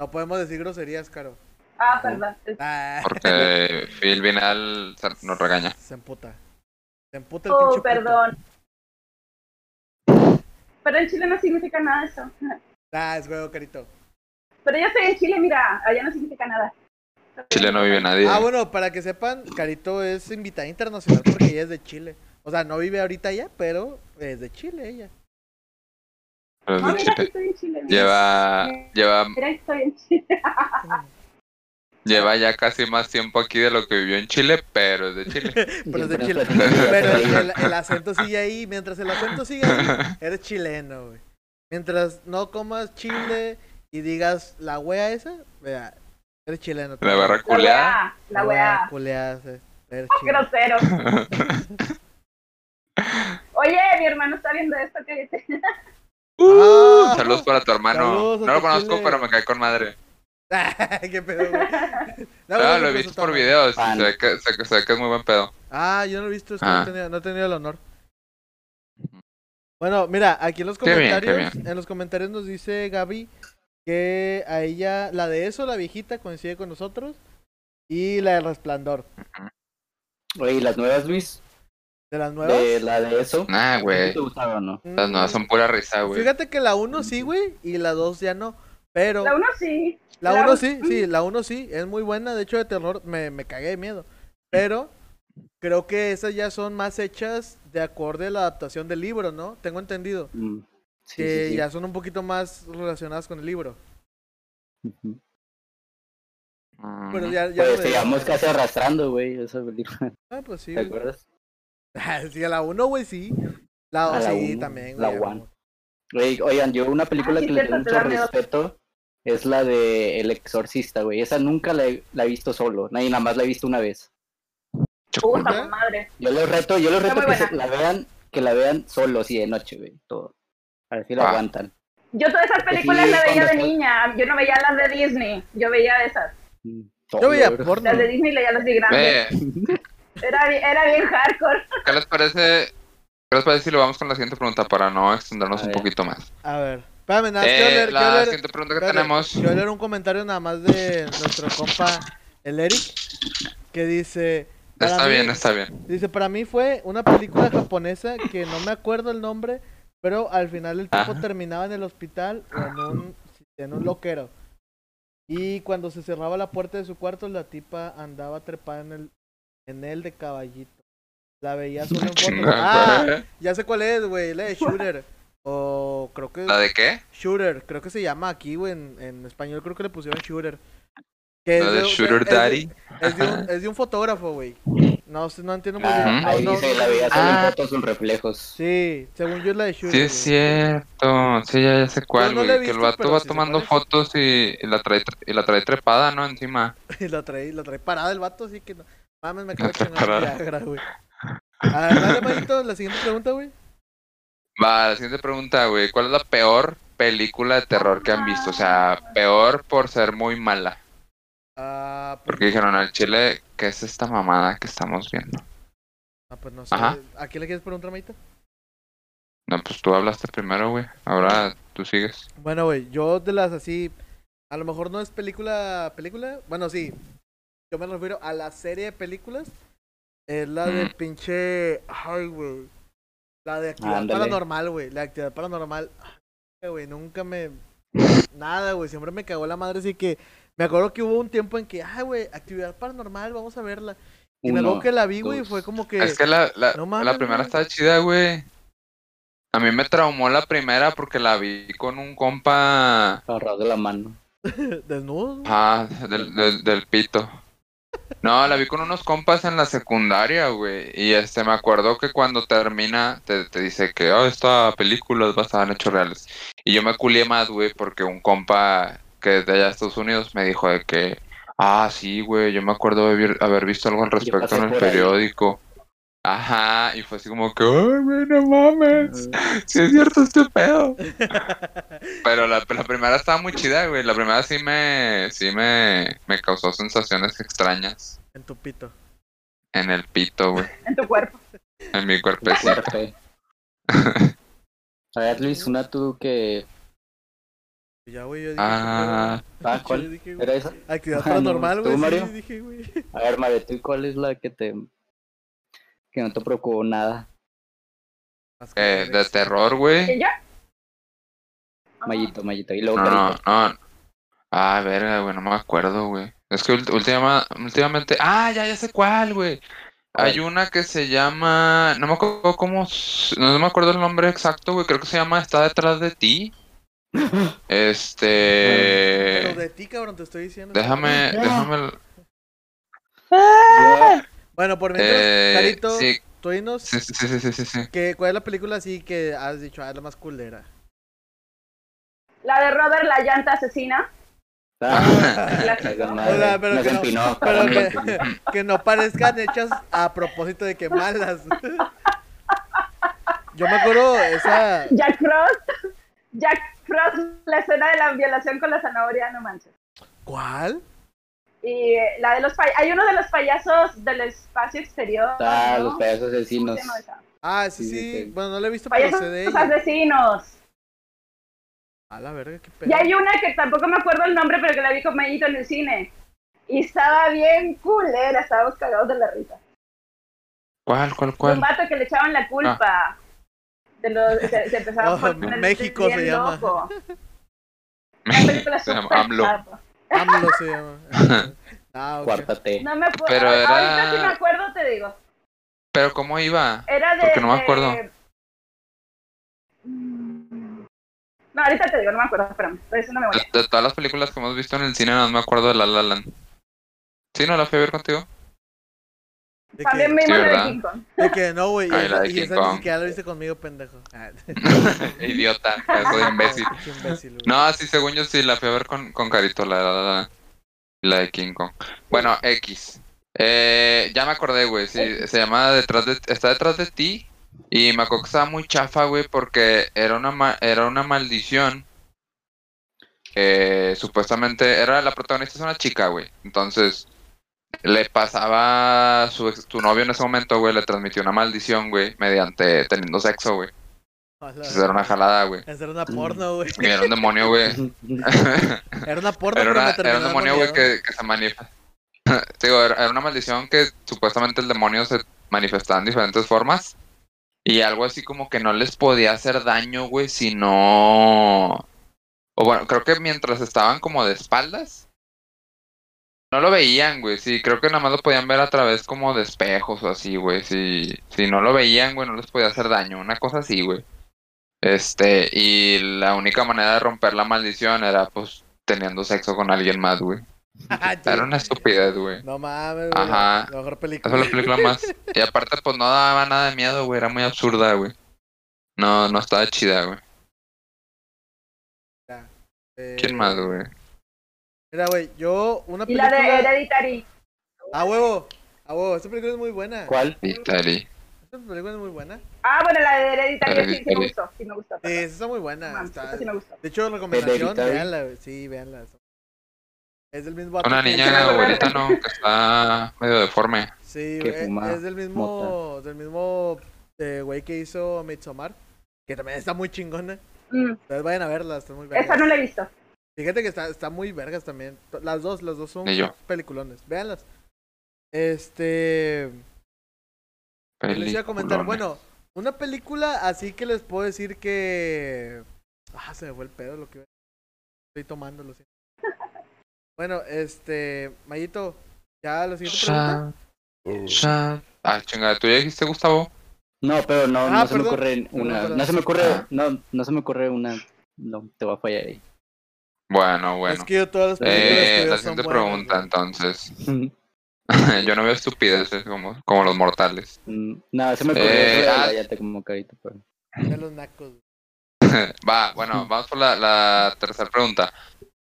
No podemos decir groserías, Caro.
Ah, perdón. Es-
Ah,
Porque Phil Vinal se- nos regaña.
se emputa. Se emputa el
Oh,
pinche puto.
perdón. Pero en Chile no significa nada eso.
Ah, es huevo, carito.
Pero yo estoy en Chile, mira, allá no significa nada.
Chile no vive nadie.
Ah, bueno, para que sepan, Carito es invitada internacional porque ella es de Chile. O sea, no vive ahorita allá, pero es de Chile ella.
pero es
Ah,
No,
de
mira, sí
Chile.
estoy en Chile. mira.
Lleva, lleva,
Mira, estoy en Chile.
lleva ya casi más tiempo aquí de lo que vivió en Chile, pero es de Chile.
Pero es de
Siempre
Chile.
nos platica
Pero
de
el,
Chile.
el- el acento sigue ahí. Mientras el acento sigue ahí, eres chileno, güey. Mientras no comas chile y digas la wea esa, vea, eres chileno.
La barra
La
culeada.
weá, la weá.
Culeada, sí, eres
Qué
chileno.
grosero. Oye, mi hermano está viendo esto que dice.
Ah.
Uh, Saludos para tu hermano.
Saludos a
No lo
tu
conozco,
Chile.
pero me cae con madre.
Qué pedo, güey. No,
Ah,
güey,
lo he
incluso
visto
está
por
mal.
videos.
Ah,
Se ve que, se- se ve que es muy buen pedo.
Ah, yo no lo he visto, es que no,
Ah.
he tenido, no he tenido el honor.
Ujú.
Bueno, mira, aquí en los
Qué bien, qué
comentarios, en los comentarios nos dice Gaby que a ella, la de eso, la viejita, coincide con nosotros. Y la de Resplandor.
Oye, ¿y las nuevas, Luis?
De las nuevas.
De la de eso.
Nah, güey.
¿Te gustaron o no?
mm,
Las nuevas son pura risa, güey.
Fíjate que la 1 sí, güey, y la 2 ya no. Pero
La uno sí.
la
la
1
un-
sí, sí, la 1 sí, es muy buena. De hecho, de terror me, me cagué de miedo. Pero creo que esas ya son más hechas de acorde a la adaptación del libro, ¿no? Tengo entendido.
Mm. Sí,
que
sí, sí.
Eh, ya son un poquito más relacionadas con el libro.
Ujú.
Ujú.
Pero ya, ya
Pues
lo
te
de-
llamamos casi arrastrando, güey, esa película.
Ah, pues sí.
¿Te
güey.
acuerdas?
sí, a la 1, güey, sí. La
A
2
la
sí,
uno,
también,
la
güey.
one. Güey, oigan, yo una película
Ah, sí,
que le
cierto,
tengo
te
mucho
da miedo.
respeto es la de El Exorcista, güey. Esa nunca la he, la he visto solo, nadie nada más la he visto una vez.
Chocón.
Puta madre.
Yo los reto, yo los
Está
reto
muy
que se-
buena.
la vean, que la vean solos y de noche, güey, todo. A ver si la
Ah.
aguantan.
Yo todas esas películas
Sí,
las veía de
cuando-
niña. Yo no veía las de Disney. Yo veía esas.
Mm,
Yo
solo,
veía
bro.
porno.
Las de Disney leía las de grande.
Eh,
Era, bi- era bien hardcore.
¿Qué les parece? ¿Qué les parece si lo vamos con la siguiente pregunta para no extendernos
A
un
ver.
poquito más?
A ver, espérame, nada, más
Eh,
quiero leer, quiero
la
leer-
siguiente pregunta que
espérate,
tenemos.
quiero leer un comentario nada más de nuestro compa, el Eric, que dice... para
Está
mí-
bien, está bien.
Dice, para mí fue una película japonesa que no me acuerdo el nombre, pero al final el tipo
Ajá.
terminaba en el hospital o en un, en un loquero. Y cuando se cerraba la puerta de su cuarto, la tipa andaba trepada en el, en él de caballito. La veía solo en fotos.
Chinga,
Ah,
güey.
ya sé cuál es, güey, la de Shooter. O creo que
¿La de qué?
Shooter, creo que se llama aquí, güey, en, en español creo que le pusieron Shooter. Que
¿La de
un-
Shooter
es de-
Daddy?
es de, un, es de un fotógrafo, güey. No, sé- no entiendo muy bien.
Ah,
Ujú.
No,
ahí
no,
dice,
no,
la veía
no.
solo
Ah.
en fotos sus reflejos.
Sí, según yo es la de Shooter.
Sí, es
güey.
cierto. Sí, ya, ya sé cuál,
no
güey.
la he
que el
visto,
vato
pero
va
sí sé
tomando
cuál es.
fotos y, y la trae, y la trae trepada, ¿no? Encima.
Y la trae, la trae parada el vato, así que no. Mames, me acabo de
La trae
chingar un
parada.
Viagra, güey. A ver, dale, Mayito, la siguiente pregunta, güey.
Va, la siguiente pregunta, güey. ¿Cuál es la peor película de terror que han visto? O sea, peor por ser muy mala.
Ah, pues,
Porque dijeron al chile, ¿qué es esta mamada que estamos viendo?
ah, pues no sé.
Ajá.
¿A quién le quieres preguntar, Mayito?
No, pues tú hablaste primero, güey. Ahora tú sigues.
Bueno, güey, yo de las así. A lo mejor no es película, película. Bueno, sí. Yo me refiero a la serie de películas. Es la de
Mm.
pinche. Ay, güey. La de actividad
Ándale.
paranormal, güey. La actividad paranormal. Ay, güey, nunca me. Nada, güey. Siempre me cagó la madre. Así que. Me acuerdo que hubo un tiempo en que. Ay, güey, actividad paranormal, vamos a verla. Y me acuerdo
Uno,
que la vi, güey. y
dos.
Fue como que.
Es que la, la,
No
la
mames,
primera
güey.
está chida, güey. A mí me traumó la primera porque la vi con un compa
Agarrado de la mano.
Desnudo. güey.
ah, del, del, del pito. No, la vi con unos compas en la secundaria, güey. Y este, me acuerdo que cuando termina, te, te dice que, oh, esta película es basada en hechos reales. Y yo me culié más, güey, porque un compa que es de allá de Estados Unidos me dijo de que, ah, sí, güey, yo me acuerdo de vir- haber visto algo al respecto
pasé
en el
por ahí".
periódico. Ajá, y fue así como que, ay, güey, no mames, si es cierto este pedo. Pero la, la primera estaba muy chida, güey, la primera sí me, sí me, me causó sensaciones extrañas
En tu pito.
en el pito, güey,
En tu cuerpo.
en mi
Un
cuerpecito.
cuerpo. A ver, Luis, una tú que
Ya, güey, yo dije.
Ah,
¿qué pedo?
ah, ¿cuál?
Yo dije, güey,
¿Era esa?
Actividad
Ah,
paranormal,
no,
güey.
¿tú,
sí,
Mario?
dije, güey.
Eh,
A ver, Mario, ¿tú cuál es la que te. que no te preocupó nada?
Las
eh, de
canciones.
terror, güey.
¿Ella? Ah.
Mayito, Mayito. Y luego,
No,
Carito.
no, no. Ah, verga, güey, no me acuerdo, güey. Es que ult- última- últimamente. Ah, ya, ya sé cuál, güey. Hay una que se llama. No me acuerdo cómo. s- No me acuerdo el nombre exacto, güey. Creo que se llama Está detrás de ti.
Pero
Este.
de ti, cabrón, te estoy diciendo.
Déjame.
Ah,
Ya.
Déjame.
Yo-
Bueno, por mientras,
Eh,
Carito,
sí,
tú dinos
sí, sí, sí, sí, sí, sí.
que- cuál es la película así que has dicho, ah, es la más culera.
La de Robert, la llanta asesina.
Ah,
La-
con
O sea, pero
Nos
que no-
empinó,
Pero
cabrón, nos
que,
empinó.
que no parezcan hechas a propósito de que malas. Yo me acuerdo esa.
Jack Frost. Jack Frost, la escena de la violación con la zanahoria, no manches.
¿Cuál?
Y eh, la de los pay- hay uno de los payasos del espacio exterior.
Ah,
¿no?
los pedazos
¿Cómo
asesinos.
se llama esa?
Ah, sí,
Sí,
sí.
sí, sí.
Bueno, no la he visto, pero sé de
Payasos
ella.
asesinos.
A la verga, qué pedo.
Y hay una que tampoco me acuerdo el nombre, pero que la vi con Mayito en el cine. Y estaba bien culera, estábamos cagados de la risa.
¿Cuál, cuál,
Un
cuál?
vato que le echaban la culpa. De los, se, se empezaba
Ah. Oh,
a poner
México se
bien
llama.
loco. Una película
Se llama
súper
AMLO.
zarra.
AMLO se llama. Ah, ok.
Cuarta T.
No me acuerdo.
Pero
ahorita
era-
sí me acuerdo, te digo.
Pero ¿cómo iba?
Era de.
Porque no me
de-
acuerdo.
Mm. No, ahorita te digo, no me acuerdo, espérame. Estoy haciendo
De,
memoria.
de todas las películas que hemos visto en el cine, no me acuerdo de La La Land. ¿Sí, no la fui a ver contigo?
De
También
que,
vimos la de
¿verdad?
King Kong.
de que no, güey. Y
Ay, la
esa,
de
y
King
esa ni
Kong.
siquiera la viste conmigo, pendejo. Ah,
Idiota, eso de imbécil.
pinche imbécil, güey.
No, sí, según yo sí, la fui a ver con, con Carito, la, la, la, la de King Kong. Bueno, X. Eh, ya me acordé, güey, sí, se llamaba detrás de, Está detrás de ti y me acuerdo que estaba muy chafa, güey, porque era una, ma- era una maldición. Eh, supuestamente, era la protagonista es una chica, güey, entonces le pasaba su, ex- su novio en ese momento, güey, le transmitió una maldición, güey, mediante teniendo sexo, güey.
A la
Entonces era una
verga.
jalada, güey.
Esa era una porno, güey.
Y era un demonio, güey.
Era una porno,
Era, una-
pero me
era un
terminó
demonio, güey,
endemoniado.
que, que se manifiesta. era, era una maldición que supuestamente el demonio se manifestaba en diferentes formas. Y algo así como que no les podía hacer daño, güey, si no... O bueno, creo que mientras estaban como de espaldas. No lo veían, güey. Sí, creo que nada más lo podían ver a través como de espejos o así, güey. Si, si no lo veían, güey, no les podía hacer daño. Una cosa así, güey. Este, y la única manera de romper la maldición era pues teniendo sexo con alguien más, güey.
Ah, sí.
Era una estupidez, güey.
No mames, güey.
Ajá.
La mejor
Esa fue
película.
la película más. Y aparte, pues no daba nada de miedo, güey. Era muy absurda, güey. No, no estaba chida, güey.
Eh,
¿Quién más, güey?
Mira, güey, yo una
Y la
película.
de Hereditary.
A huevo. A huevo, esta película es muy buena.
¿Cuál?
Vitali.
Esta película es muy buena.
Ah, bueno, la de Hereditary sí, sí me
Hereditary.
gustó. Sí me gustó.
Sí, esa está muy
No
buena.
mames,
está-
esa sí me gustó.
De hecho, recomendación,
Hereditary.
véanla, güey. Sí, véanla. Es del mismo
Una
actor que-
niña abuelita, ¿no? Que está medio deforme.
Sí,
que
güey,
fuma
es del mismo, del mismo eh, güey que hizo Midsommar, que también está muy chingona.
Mm,
Entonces vayan a verla, está muy vergas.
esa no la he visto.
Fíjate que está, está muy vergas también. To- Las dos, las dos son
Ni yo.
peliculones. Véanlas. Este, ¿qué les iba a comentar,
Peliculones.
bueno, una película así que les puedo decir que ah, se me fue el pedo lo que iba a decir. estoy tomando, lo siento. Bueno, este, Mayito, ya la siguiente pregunta.
Shan, shan. Ah, chingada, ¿tú ya dijiste, Gustavo?
No, pero no,
Ah,
no se me
perdón.
ocurre
Perdón,
una.
perdón.
No se me
Ah.
ocurre. No, no se me ocurre una. No, te va a fallar ahí.
Bueno, bueno.
Es que yo todas las películas que
Eh,
veo
la
son
siguiente
buenas,
pregunta,
güey.
entonces. Yo no veo estupideces como, como los mortales.
Mm, No, se me ocurrió.
Eh,
eso de la
ah.
llanta como carita, pero.
De los nacos. güey.
Va, bueno, vamos por la, la tercera pregunta.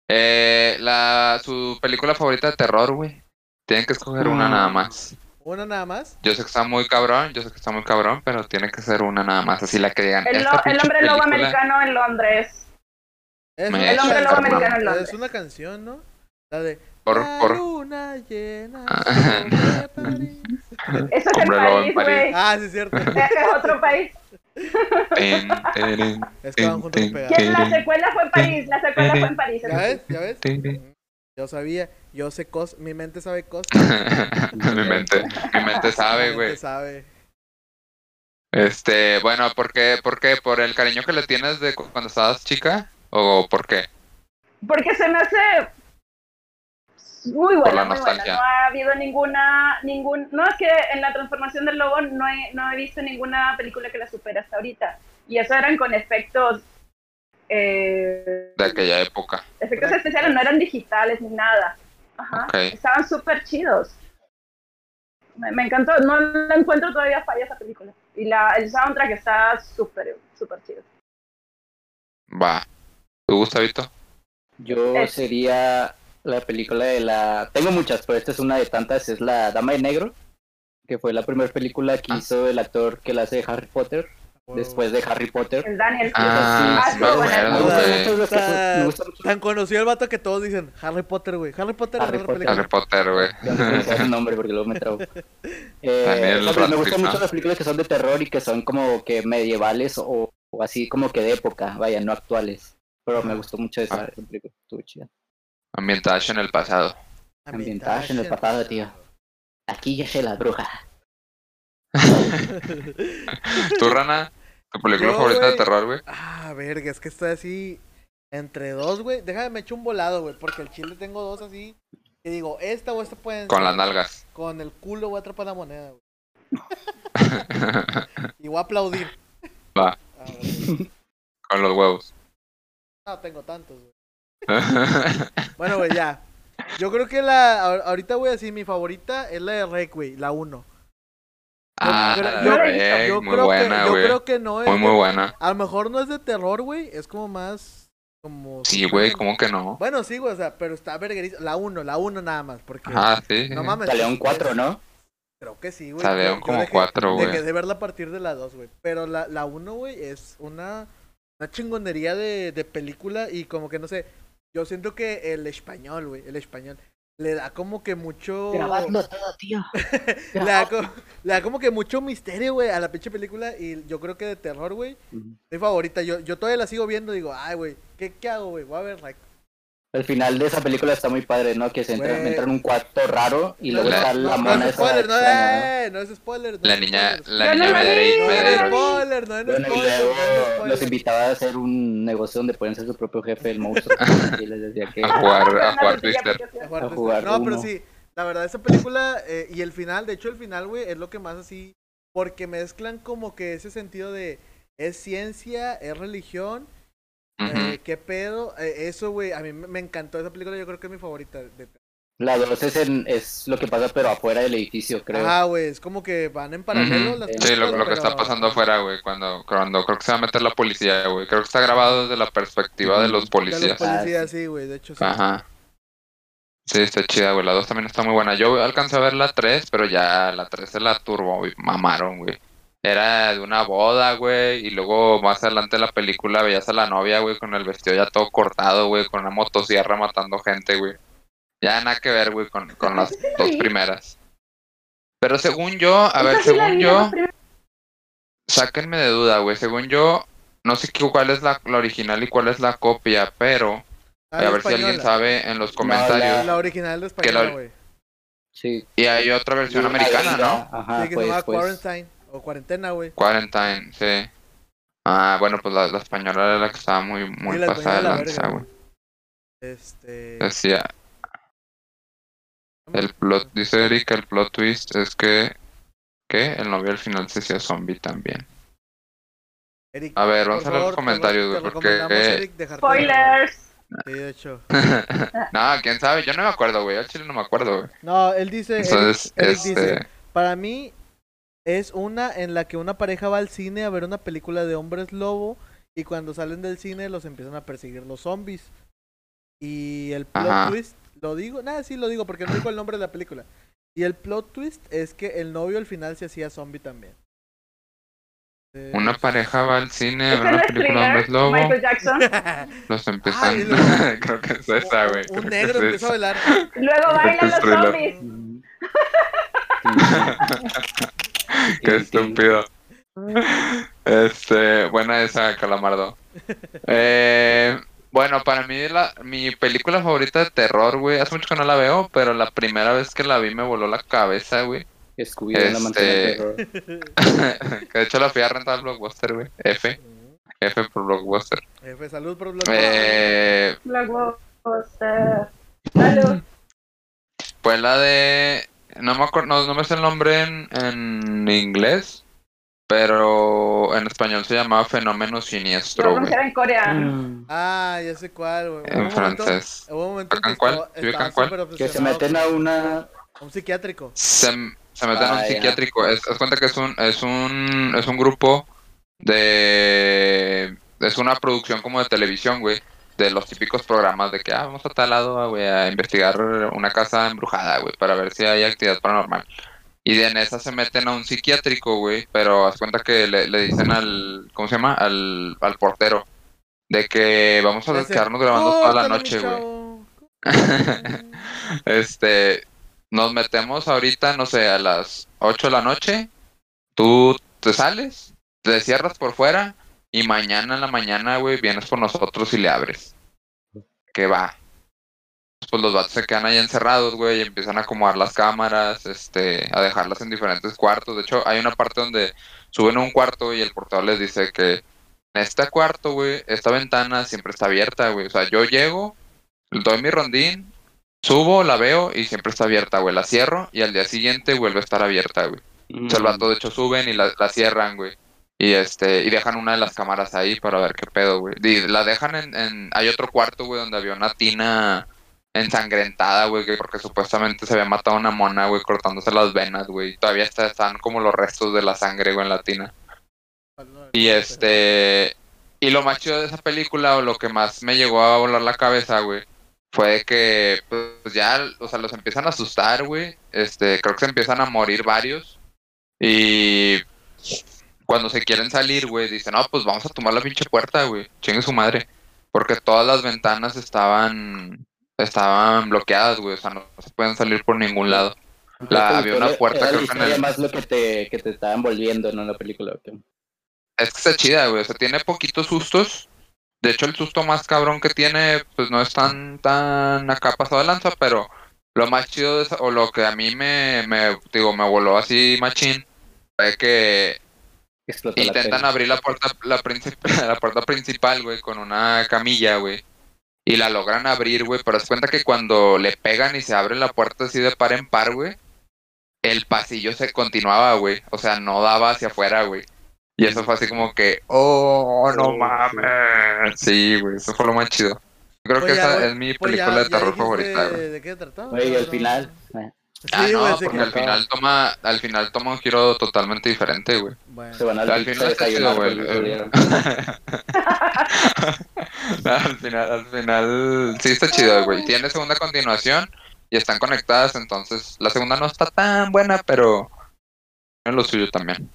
Eh, la, ¿Su película favorita de terror, güey? Tienen que escoger una
Mm.
nada más.
Una nada más.
Yo sé que está muy cabrón, yo sé que está muy cabrón, pero tiene que ser una nada más. Así la que digan.
El,
"Esta
lo- el
pinche
hombre lobo
película".
americano en Londres.
Es
Me
una
El hombre
canción,
lobo
americano en
¿no?
Londres.
Es una canción, ¿no? La de
Por,
La
por,
luna llena
Ah.
sobre París.
Eso es en
Hombre lobo
París,
en
güey.
París.
Ah, sí es cierto.
Ese es otro país.
Ten, teren,
Es que van
ten,
juntos y
ten,
pegados.
¿Quién? La secuela fue en París, la secuela fue en París.
¿Ya ves? ¿Ya ves?
teren.
Yo sabía, yo sé cosas, mi mente sabe cosas.
mi mente, mi mente sabe,
Mi
güey.
mente sabe.
Este, bueno, ¿por qué? ¿Por qué? ¿Por el cariño que le tienes de cu- cuando estabas chica? ¿O por qué?
Porque se me hace muy
Por la
buena, muy buena.
nostalgia.
No ha habido ninguna, ningún, no es que en la transformación del lobo no he, no he visto ninguna película que la supera hasta ahorita. Y eso eran con efectos, eh,
De aquella época.
efectos especiales, no eran digitales ni nada. Ajá.
Ok.
Estaban súper chidos. Me, me encantó, no la encuentro todavía falla esa película. Y la, el soundtrack está súper, súper chido.
Va. ¿Tú, Gustavito?
Yo
Es-
sería la película de la. Tengo muchas, pero esta es una de tantas. Es la Dama de Negro, que fue la primera película que
Ah.
hizo el actor que la hace de Harry Potter, después de Harry Potter.
El Daniel.
Ah,
sí,
sí
me
Esa
acuerdo,
me gusta
güey.
mucho, es que es un- me gusta mucho.
Tan conocido el vato que todos dicen Harry Potter, güey. Harry Potter,
Harry
otra
Potter.
película.
Harry Potter, güey.
Ya no puedo usar el nombre porque luego me trago.
También los
me
Radcliffe,
gustan
¿no?
mucho las películas que son de terror y que son como que medievales o, o así como que de época, vaya, no actuales. Pero me gustó mucho esa
Ah.
película, estuvo chida.
Ambientada en el pasado.
ambientada en el pasado, tío. Aquí ya sé la bruja.
¿Tú, Rana? ¿Tu película
Yo,
favorita de
güey.
terror, güey?
Ah, verga, es que está así entre dos, güey. Déjame, me echo un volado, güey, porque el chile tengo dos así. Que digo, esta o esta pueden
Con
ser.
las nalgas.
Con el culo voy a atrapar la moneda, güey. Y voy a aplaudir.
Va.
Ah, güey.
Con los huevos.
no tengo tantos, güey. Bueno, güey, ya. Yo creo que la. ahor- Ahorita, güey, así, mi favorita es la de Rey, güey, la 1.
ah,
creo-
la
yo-
de
yo
Rey, muy
creo
buena,
que, Yo
güey.
creo que no es.
Muy, muy buena.
A lo mejor no es de terror, güey. Es como más. Como
Sí, güey, ¿cómo que no?
Bueno, sí, güey, o sea, pero está vergueriza. La 1, la 1 nada más, porque.
Ah, sí.
no mames.
Salieron cuatro, ¿no?
Creo que sí, güey.
Salieron
Yo- yo
como
dejé-
cuatro, güey.
Dejé de verla a partir de la 2, güey. Pero la 1, güey, es una, una chingonería de, de película y como que no sé. Yo siento que el español, güey, el español, le da como que mucho.
Grabando todo, tío.
Le da, co- le da como que mucho misterio, güey, a la pinche película. Y yo creo que de terror, güey, mi favorita. Yo, yo todavía la sigo viendo, digo, ay, güey, ¿qué, ¿qué hago, güey? Voy a ver, like.
El final de esa película está muy padre, ¿no? Que se entra,
Güey.
entra en un cuarto raro y luego
La-
está la
No,
mona
no es
esa
spoiler, no,
extraña,
eh, no es spoiler. No
La
es
niña,
spoiler.
la
Yo no
niña
la
Medei-
vi.
No
Medeiros.
era
Pedro.
spoiler, no era
Bueno, y
spoiler.
luego
no era
los
spoiler.
invitaba a hacer un negocio donde podían ser su propio jefe, el monstruo. y les decía que...
A jugar,
Una
a jugar
tortilla
Twister.
porque-
A jugar
A
Twister.
jugar
No, pero
uno.
sí, la verdad, esa película eh, y el final, de hecho, el final, güey, es lo que más así. Porque mezclan como que ese sentido de. Es ciencia, es religión, eh, qué pedo. eh, eso, güey, a mí me me encantó esa película, yo creo que es mi favorita. de-
La dos es, en- es lo que pasa, pero afuera del edificio, creo.
Ajá, güey, es como que van en paralelo
Ujú.
las
Sí, lo,
películas,
lo que está
pero-
pasando afuera, güey, cuando, cuando creo que se va a meter la policía, güey. Creo que está grabado desde la perspectiva de los
de los
policías.
policías, sí, güey, de hecho, sí.
Ajá. Sí, está chida, güey. La 2 también está muy buena. Yo alcancé a ver la 3, pero ya la 3 es la turbo, güey. Mamaron, güey. Era de una boda, güey. Y luego más adelante en la película veías a la novia, güey, con el vestido ya todo cortado, güey, con una motosierra matando gente, güey. Ya nada que ver, güey, con, con las dos primeras. Pero según yo, a ver,
Esa sí la
según
vi,
yo.
la primera-
Sáquenme de duda, güey. Según yo, no sé qué- cuál es la, la original y cuál es la copia, pero
Ah,
a ver si alguien
española.
sabe en los
No,
comentarios.
La original de
Que la-
española, güey.
Sí.
Y hay otra versión
Una
americana,
gringa,
¿no?
Ajá,
sí, que
pues,
se llama
pues.
Quarantine o Cuarentena, güey.
Quarantine, sí. Ah, bueno, pues la, la española era la que estaba muy, muy
Sí, la
pasada de
española, la
lanza,
verga.
güey.
Este.
Decía, el plot, dice Erika, el plot twist es que, que el novio al final se hacía zombie también.
Eric,
A ver,
por
vamos a ver los
favor, te
comentarios,
re-
güey,
te
porque... eh,
recomendamos, Eric, dejar tu-
Spoilers.
Sí, de hecho.
no, quién sabe, yo no me acuerdo, güey, al chile no me acuerdo, güey.
No, él dice. Eric-
Entonces,
Eric,
este...
dice: Para mí es una en la que una pareja va al cine a ver una película de hombres lobo y cuando salen del cine los empiezan a perseguir los zombies. Y el plot
Ajá.
twist, lo digo, nada, sí lo digo porque no digo el nombre de la película. Y el plot twist es que el novio al final se hacía zombie también. Eh,
Una pareja va al cine a ver
¿Ese no
una
es pues,
película de hombres
thriller?
lobo.
Michael Jackson.
Los
Ah,
empiezan.
y luego-
Creo que es esa, güey.
Un
creo que
negro
es
empieza
esa.
a bailar.
Luego bailan los
Thriller.
zombies.
Mm.
Qué estúpido. Este, buena esa, Calamardo. Eh, bueno, para mí la, mi película favorita de terror, güey, hace mucho que no la veo, pero la primera vez que la vi me voló la cabeza, güey.
Scooby en la mansión del
Este-
terror.
que de hecho la fui a rentar al Blockbuster, güey. F, F por Blockbuster.
F, salud por los
Eh,
Blockbuster. Salud.
Pues la de. No me acuerdo, no, no me sé el nombre en, en inglés, pero en español se llamaba Fenómeno
Lo
Siniestro,
vamos
güey.
a hacer en
Mm.
coreano.
Ah, ya sé cuál, güey. Hubo
En
un momento-
francés.
Hubo un momento en que
¿Ubican cuál?
estaba-
¿Ubican
estaba
cuál?
súper
Que se
obsesionado
meten a una.
con Un psiquiátrico.
Se, se meten a un
Ah, ya.
psiquiátrico. Es, haz cuenta que es un, es un, es un grupo de. Es una producción como de televisión, güey. De los típicos programas de que, ah, vamos a tal lado, güey, a investigar una casa embrujada, güey, para ver si hay actividad paranormal. Y de en esa se meten a un psiquiátrico, güey, pero haz cuenta que le, le dicen al, ¿cómo se llama? Al, al portero, de que vamos a
Ese-
quedarnos grabando toda la
Córtale, mi
noche, güey.
Oh, chavo.
Este, nos metemos ahorita, no sé, a las 8 de la noche. Tú te sales, te cierras por fuera y mañana en la mañana, güey, vienes por nosotros y le abres. Que va. Pues los vatos se quedan ahí encerrados, güey, y empiezan a acomodar las cámaras, este, a dejarlas en diferentes cuartos. De hecho, hay una parte donde suben a un cuarto y el portador les dice que en este cuarto, güey, esta ventana siempre está abierta, güey. O sea, yo llego, doy mi rondín, Subo, la veo y siempre está abierta, güey. La cierro y al día siguiente vuelve a estar abierta, güey. O sea, el vato, de hecho suben y la, la cierran, güey. Y este, y dejan una de las cámaras ahí para ver qué pedo, güey. Y la dejan en, en- hay otro cuarto, güey, donde había una tina ensangrentada, güey, que porque supuestamente se había matado una mona, güey, cortándose las venas, güey. Y Todavía está- están como los restos de la sangre, güey, en la tina. Y este. Y lo más chido de esa película, o lo que más me llegó a volar la cabeza, güey, fue de que, pues ya, o sea, los empiezan a asustar, güey. Este, creo que se empiezan a morir varios. Y. Cuando se quieren salir, güey, dicen, no, pues vamos a tomar la pinche puerta, güey. Chingue su madre. Porque todas las ventanas estaban. Estaban bloqueadas, güey. O sea, no se pueden salir por ningún lado. La, había una puerta,
Era la
creo que en
historia
el
más lo que te, que te está envolviendo, ¿no? La película. ok.
Es que está chida, güey. O sea, tiene poquitos sustos. De hecho, el susto más cabrón que tiene, pues no es tan, tan acá pasado de lanza, pero lo más chido de esa- o lo que a mí me, me, digo, me voló así machín, fue que
Explotó
intentan
la
abrir la puerta, la, princip- la puerta principal, güey, con una camilla, güey. Y la logran abrir, güey, pero das cuenta que cuando le pegan y se abre la puerta así de par en par, güey, el pasillo se continuaba, güey. O sea, no daba hacia afuera, güey. Y eso fue así como que, oh, no
Oh, sí.
mames. Sí, güey, eso fue lo más chido. Yo creo
Pues
que
ya,
esa
güey,
es mi
Pues ya-
película de
ya
terror
dijiste
favorita, güey.
¿De qué trataba?
Oye, y
No,
al
no.
final. eh,
Ah,
Sí, güey,
no,
sí
porque
que-
al final toma, al final toma un giro totalmente diferente, güey.
Bueno.
Se van al
Al
se
final está chido,
desayunar
güey.
porque perdieron.
al final, al final, sí está chido, güey. Tiene segunda continuación y están conectadas, entonces la segunda no está tan buena, pero es lo suyo también.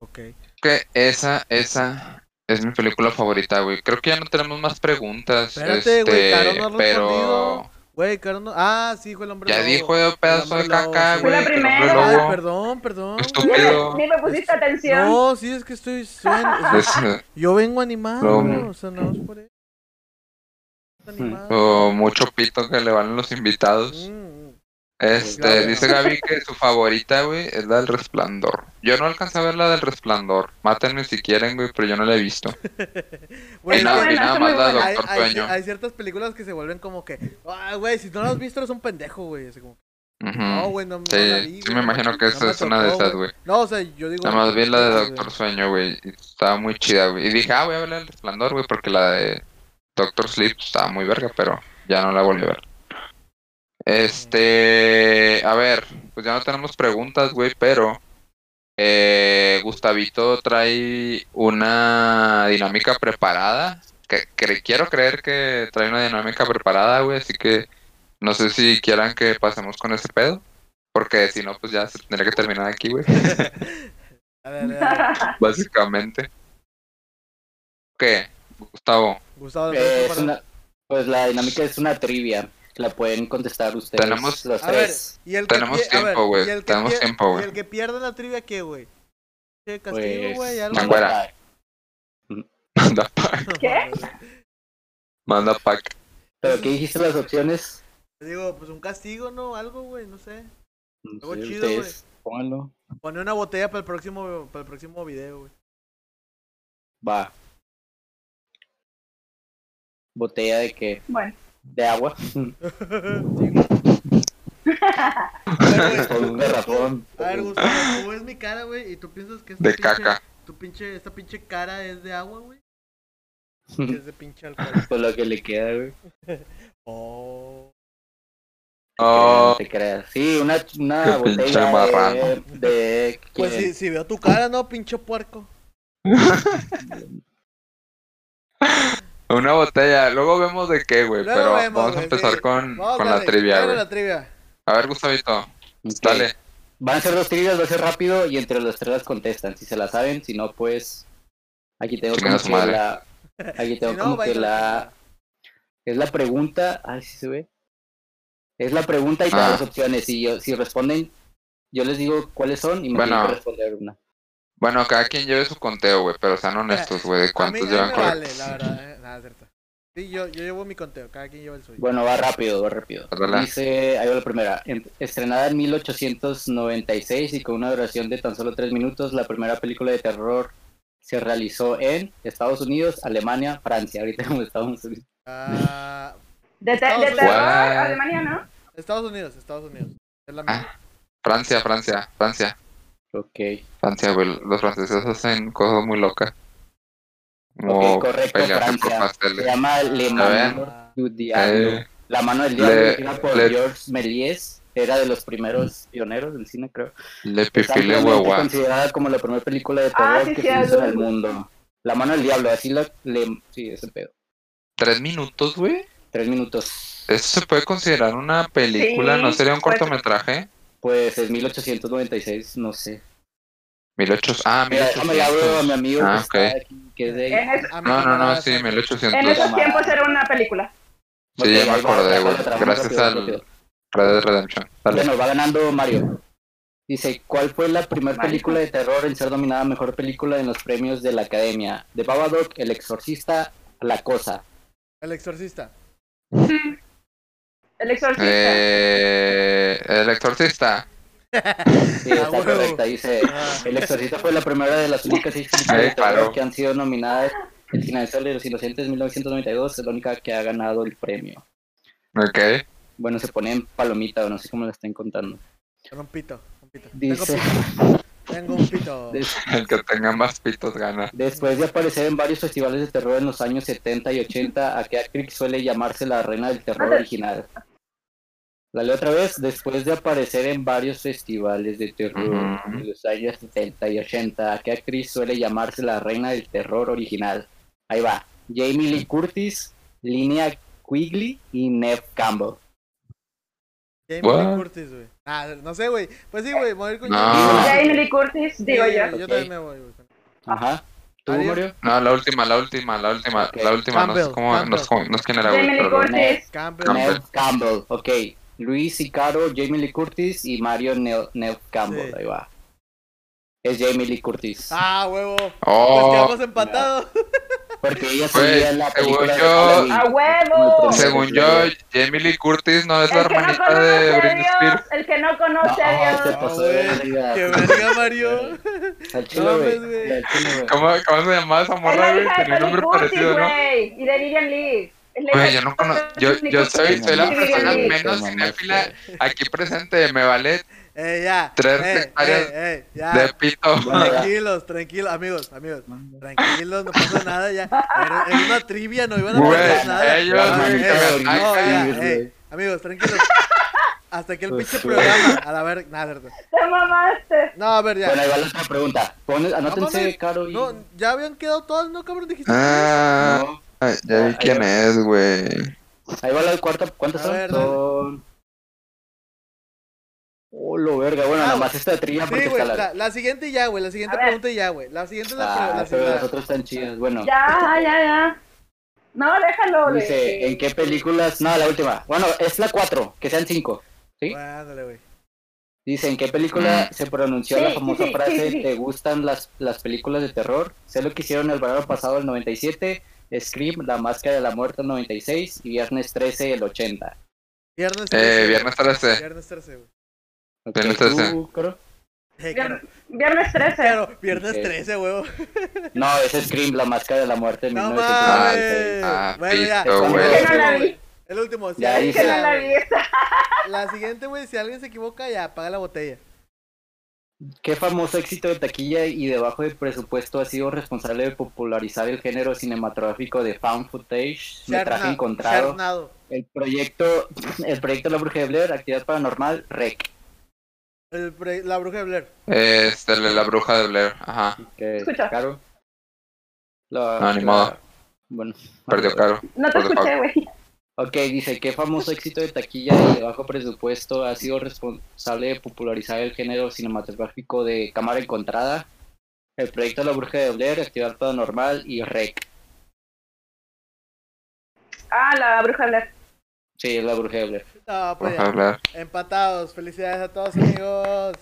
Ok.
Que esa, esa es mi película favorita, güey. Creo que ya no tenemos más preguntas.
Espérate, güey,
este,
Caro no ha
pero
respondido. Güey, claro, no- Ah, sí, fue el hombre
ya
lobo.
dijo yo pedazo
El
de
hombre lobo,
caca, güey.
sí.
Fue
el
la
hombre
primera.
lobo.
Ay, perdón, perdón. güey.
Ni me-
Estúpido.
Ni me pusiste atención.
No, sí, es que estoy. suen-
Es, eh,
Yo vengo animado,
No,
güey,
no.
o sea, no es por eso.
Hmm.
Animado.
o mucho pito que le van los invitados.
Mm,
Este,
Gaby.
dice Gaby que su favorita, güey, es la del resplandor. Yo no alcancé a ver la del resplandor. Mátenme si quieren, güey, pero yo no la he visto. y
Güey, es
nada,
que
y nada más la de
hay,
Doctor
hay-
Sueño.
hay ciertas películas que se vuelven como que, ah, güey, si no las has visto eres un pendejo, güey. Así como,
Ujú.
no, güey, no, no
Mm, sí,
la vi,
sí
güey,
me
no
imagino que
no
esa
me
es una de
tocó,
esas, güey.
No, o sea, yo digo.
Nada más vi la de
güey.
Doctor Sueño, güey. y Estaba muy chida, güey. Y dije, ah, voy a ver la del resplandor, güey, porque la de Doctor Sleep estaba muy verga, pero ya no la volví a ver. Este, a ver, pues ya no tenemos preguntas, güey, pero eh, Gustavito trae una dinámica preparada. Que, que quiero creer que trae una dinámica preparada, güey, así que no sé si quieran que pasemos con ese pedo, porque si no, pues ya se tendría que terminar aquí, güey,
A ver, a ver, a ver,
básicamente. ¿Qué? Gustavo,
Gustavo,
Eh,
¿no?
es una- pues la dinámica es una trivia. La pueden contestar ustedes.
Tenemos-
los
A ver,
tres.
y el
Tenemos
pie- a ver,
tiempo, güey,
y el que
tenemos
pier-
tiempo, güey.
Y el que pierda la trivia, ¿qué, güey? Che, castigo,
Pues.
güey, algo.
Manguera. Manda pack.
¿Qué?
Manda pack.
¿Pero qué dijiste las opciones?
Digo, pues un castigo, ¿no? Algo, güey, no sé.
No
Algo
sé,
chido,
ustedes, pónganlo.
Pone una botella para el próximo, para el próximo video, güey.
Va. Botella de qué?
Bueno,
De agua.
Sí, güey.
Con un garrafón.
A ver, Gustavo, tú ves mi cara, güey, y tú piensas que esta
De
pinche-
caca.
Tu pinche, esta pinche cara es de agua, güey. Que es de pinche alcohol.
Pues lo que le queda, güey.
Oh.
Oh,
Te creas. Sí, una, una
Qué pinche
botella de,
marrano.
de-
Pues si, si veo tu cara, no, pinche puerco.
una botella. Luego vemos de qué, güey.
Luego
Pero
vemos,
vamos a
güey,
empezar
sí.
con,
Vamos
con la
dale,
trivia,
dale
güey.
la trivia.
A ver, Gustavito,
Ok.
dale.
Van a ser dos trivias, va a ser rápido y entre los tres las contestan. Si se la saben, si no, pues. Aquí tengo
Chinguen a
como
su
que
madre.
la. Aquí tengo
Si no,
como que
baila
la. Es la pregunta. Ay, sí se ve. Es la pregunta y te dan
Ah.
las opciones. Si, yo, si responden, yo les digo cuáles son y me
Bueno.
tienen que responder una.
Bueno, cada quien lleve su conteo, güey. Pero sean honestos, güey. de
A mí, a
¿Cuántos
mí
llevan
me
con la-
vale, la verdad. eh, Nada, es cierto. Sí, yo, yo llevo mi conteo, cada quien lleva el suyo.
Bueno, va rápido, va rápido.
Órale.
Dice, ahí va la primera. En- Estrenada en 1896 y con una duración de tan solo tres minutos, la primera película de terror se realizó en Estados Unidos, Alemania, Francia. Ahorita como Estados Unidos.
Ah,
de, te- de
Estados
terror,
Unidos.
Alemania, ¿no?
Estados Unidos, Estados Unidos. Es la
Ah,
misma.
Francia, Francia, Francia.
Ok.
Francia, güey. Los franceses hacen cosas muy locas. Como Oh,
ok, correcto,
pelearse por
Francia. Se
pasteles.
llama Le Mano
Ah,
du Diablo.
Eh,
La mano del
Le-
diablo, escrita por
le-
Georges Méliès. Era de los primeros pioneros del cine, creo.
le
Es
pipile
ampliamente
guagua.
considerada como la primera película de terror
Ah, sí,
que
sí,
se hizo en
algo.
el mundo. La mano del diablo, así la le... Sí, ese pedo.
Tres minutos, güey.
Tres minutos.
¿Eso se puede considerar una película?
Sí,
¿No sería un
pues-
cortometraje?
Pues es 1896, no sé.
1800. Ah,
Mira, déjame le hablo a
1800.
mi amigo que
Ah,
está
ok.
aquí, que es de...
En, es-
a mí
No, no,
me
no,
agrada
sí,
esa-
en
1800.
esos tiempos era una película.
Sí,
Ok,
ya me
ahí va,
acordé,
ahí va
güey.
la trama,
Gracias
rápido,
al-
rápido.
Red Dead Redemption. Dale.
Bueno, va ganando Mario. Dice, ¿cuál fue la primera
Mario.
película de terror en ser nominada a Mejor Película en los premios de la Academia? De Babadook, El Exorcista, La Cosa.
El exorcista.
El exorcista.
Eh, el exorcista.
Sí,
Ah,
está
huevo.
correcta, dice...
Ah,
El Exorcista fue la primera de las únicas seis películas
Ahí
de terror
paró.
que han sido nominadas. El Financiero de los Inocentes 1992 es la única que ha ganado el premio.
Ok.
Bueno, se ponen palomita o no sé cómo la están contando.
con un pito. un pito.
Dice,
Tengo un pito. Tengo un pito.
des-
El que tenga más pitos gana.
después de aparecer en varios festivales de terror en los años 70 y 80, aquella actriz suele llamarse la reina del terror original. La leo otra vez, después de aparecer en varios festivales de terror
Ujú.
en los años 70 y 80, aquella actriz suele llamarse la reina del terror original. Ahí va, Jamie Lee Curtis, Linnea Quigley y Nev Campbell.
Jamie
What?
Lee Curtis, güey. Ah, no sé, güey. Pues sí, güey, morir con
No. Eh,
Jamie Lee
Jamie
Curtis.
Lee Curtis, digo
Sí,
yo.
Yo
Ok.
también me voy, güey.
Ajá. ¿Tú,
Adiós.
Mario?
No, la última, la última, la última,
Ok.
la última. no
Campbell,
sé cómo, no sé,
Campbell.
cómo- no sé quién era, güey.
Jamie Lee
pero-
Curtis.
Campbell.
Campbell.
Nev Campbell, ok. Luis Icaro, Jamie Lee Curtis y Mario Nev, Nev Campbell.
Sí.
Ahí va. Es Jamie Lee Curtis.
Ah, huevo. Pues
Oh,
quedamos empatados.
Porque
Güey,
ella salía en la
Pues, según
película de
yo-
Halloween.
¡A huevo!
Muy
según yo, Jamie Lee Curtis no es
El
la
que no
hermanita
conoce
de
a
Britney Spears.
Dios. El que no
No,
conoce a
te
Dios.
pasó de
güey,
verga.
Que verga, Mario.
Al chile, güey.
No, pues, güey.
Al chile, güey.
¿Cómo, ¿Cómo se llamaba esa
Es
morra,
la
güey?
hija de
Tenía un
Tony
nombre
Curtis,
parecido, ¿no?
güey. Y de Lillian Lee. Es la hija
Güey,
de
yo no conozco. Yo,
Tony
yo
Curtis
soy, soy la
este
y Lillian
persona
Lee.
menos cinéfila aquí presente. Me vale
Eh, ya.
Tres
eh,
hectáreas
eh, eh, ya.
de pito.
Bueno, ya.
Tranquilos, tranquilos, amigos, amigos. Tranquilos, no pasa nada ya. Era, era una trivia, no iban a
Güey,
perder nada.
ellos,
Ah,
güey,
eh,
que me
no,
atacan,
ya,
güey.
eh, amigos, tranquilos. Hasta que el
Pues,
pinche
güey.
programa. A la ver, nada, verdad.
Te mamaste.
No, a ver,
Bueno,
ya.
ahí va la otra pregunta. Pon-
No,
anótense,
mames,
Caro y...
No, ya habían quedado todos, ¿no, cabrón? Dijiste.
Ah,
No.
ya vi quién es, güey.
Ahí va la cuarta. ¿Cuántas
A
son?
ver, dale.
son... Oh, lo verga. Bueno,
Ah,
nada más esta trilla porque
Sí, güey,
está la...
la, la siguiente ya, güey, la siguiente
A ver.
pregunta ya, güey. La siguiente es la, pre-
Ah,
la
pero
siguiente.
las otras están chidas. Bueno,
Ya, ya, ya. No, déjalo, güey.
dice, ¿en qué películas? No, la última. Bueno, es la cuatro, que sean cinco. ¿sí?
Bueno, ándale, güey.
Dice, ¿en qué película
Mm.
se pronunció
Sí,
la
sí,
famosa
sí,
frase
sí, sí.
¿Te gustan las, las películas de terror? Sé lo que hicieron el verano pasado el 97, Scream, La Máscara de la Muerte el 96 y Viernes 13 el 80.
Viernes
Eh,
13.
viernes 13.
Viernes 13, güey.
Ok,
Viernes 13.
¿tú, Coro?
Eh, claro,
Vier- Viernes 13.
claro, viernes
Ok.
13, güey.
No, es Scream, La Máscara de la Muerte en
No mames.
1996.
Ah,
Bueno, ya.
pito,
el
güey.
Que no
último,
la
güey.
vi.
El último, si
Ya
alguien
Es que
se
no
la-
la vi. esa.
La siguiente, güey, si alguien se equivoca, ya apaga la botella.
¿Qué famoso éxito de taquilla y de bajo de presupuesto ha sido responsable de popularizar el género cinematográfico de found footage, metraje
Charna-
encontrado,
charnado.
el proyecto, el proyecto La Bruja de Blair, actividad paranormal, REC?
El pre- la bruja de Blair.
Este, la la bruja de Blair. Ajá.
que
Escucha.
Caro. La-
No, Ah, ni modo.
la- Bueno,
Perdió caro.
No te escuché, güey.
Ok, dice, ¿qué famoso éxito de taquilla y de bajo presupuesto ha sido responsable de popularizar el género cinematográfico de cámara encontrada? El proyecto La Bruja de Blair, Actividad Paranormal y REC.
Ah, la bruja Blair.
Sí, es La Bruja de Blair.
No,
Bruja
pues
de
ya.
Blair.
Empatados. Felicidades a todos, amigos.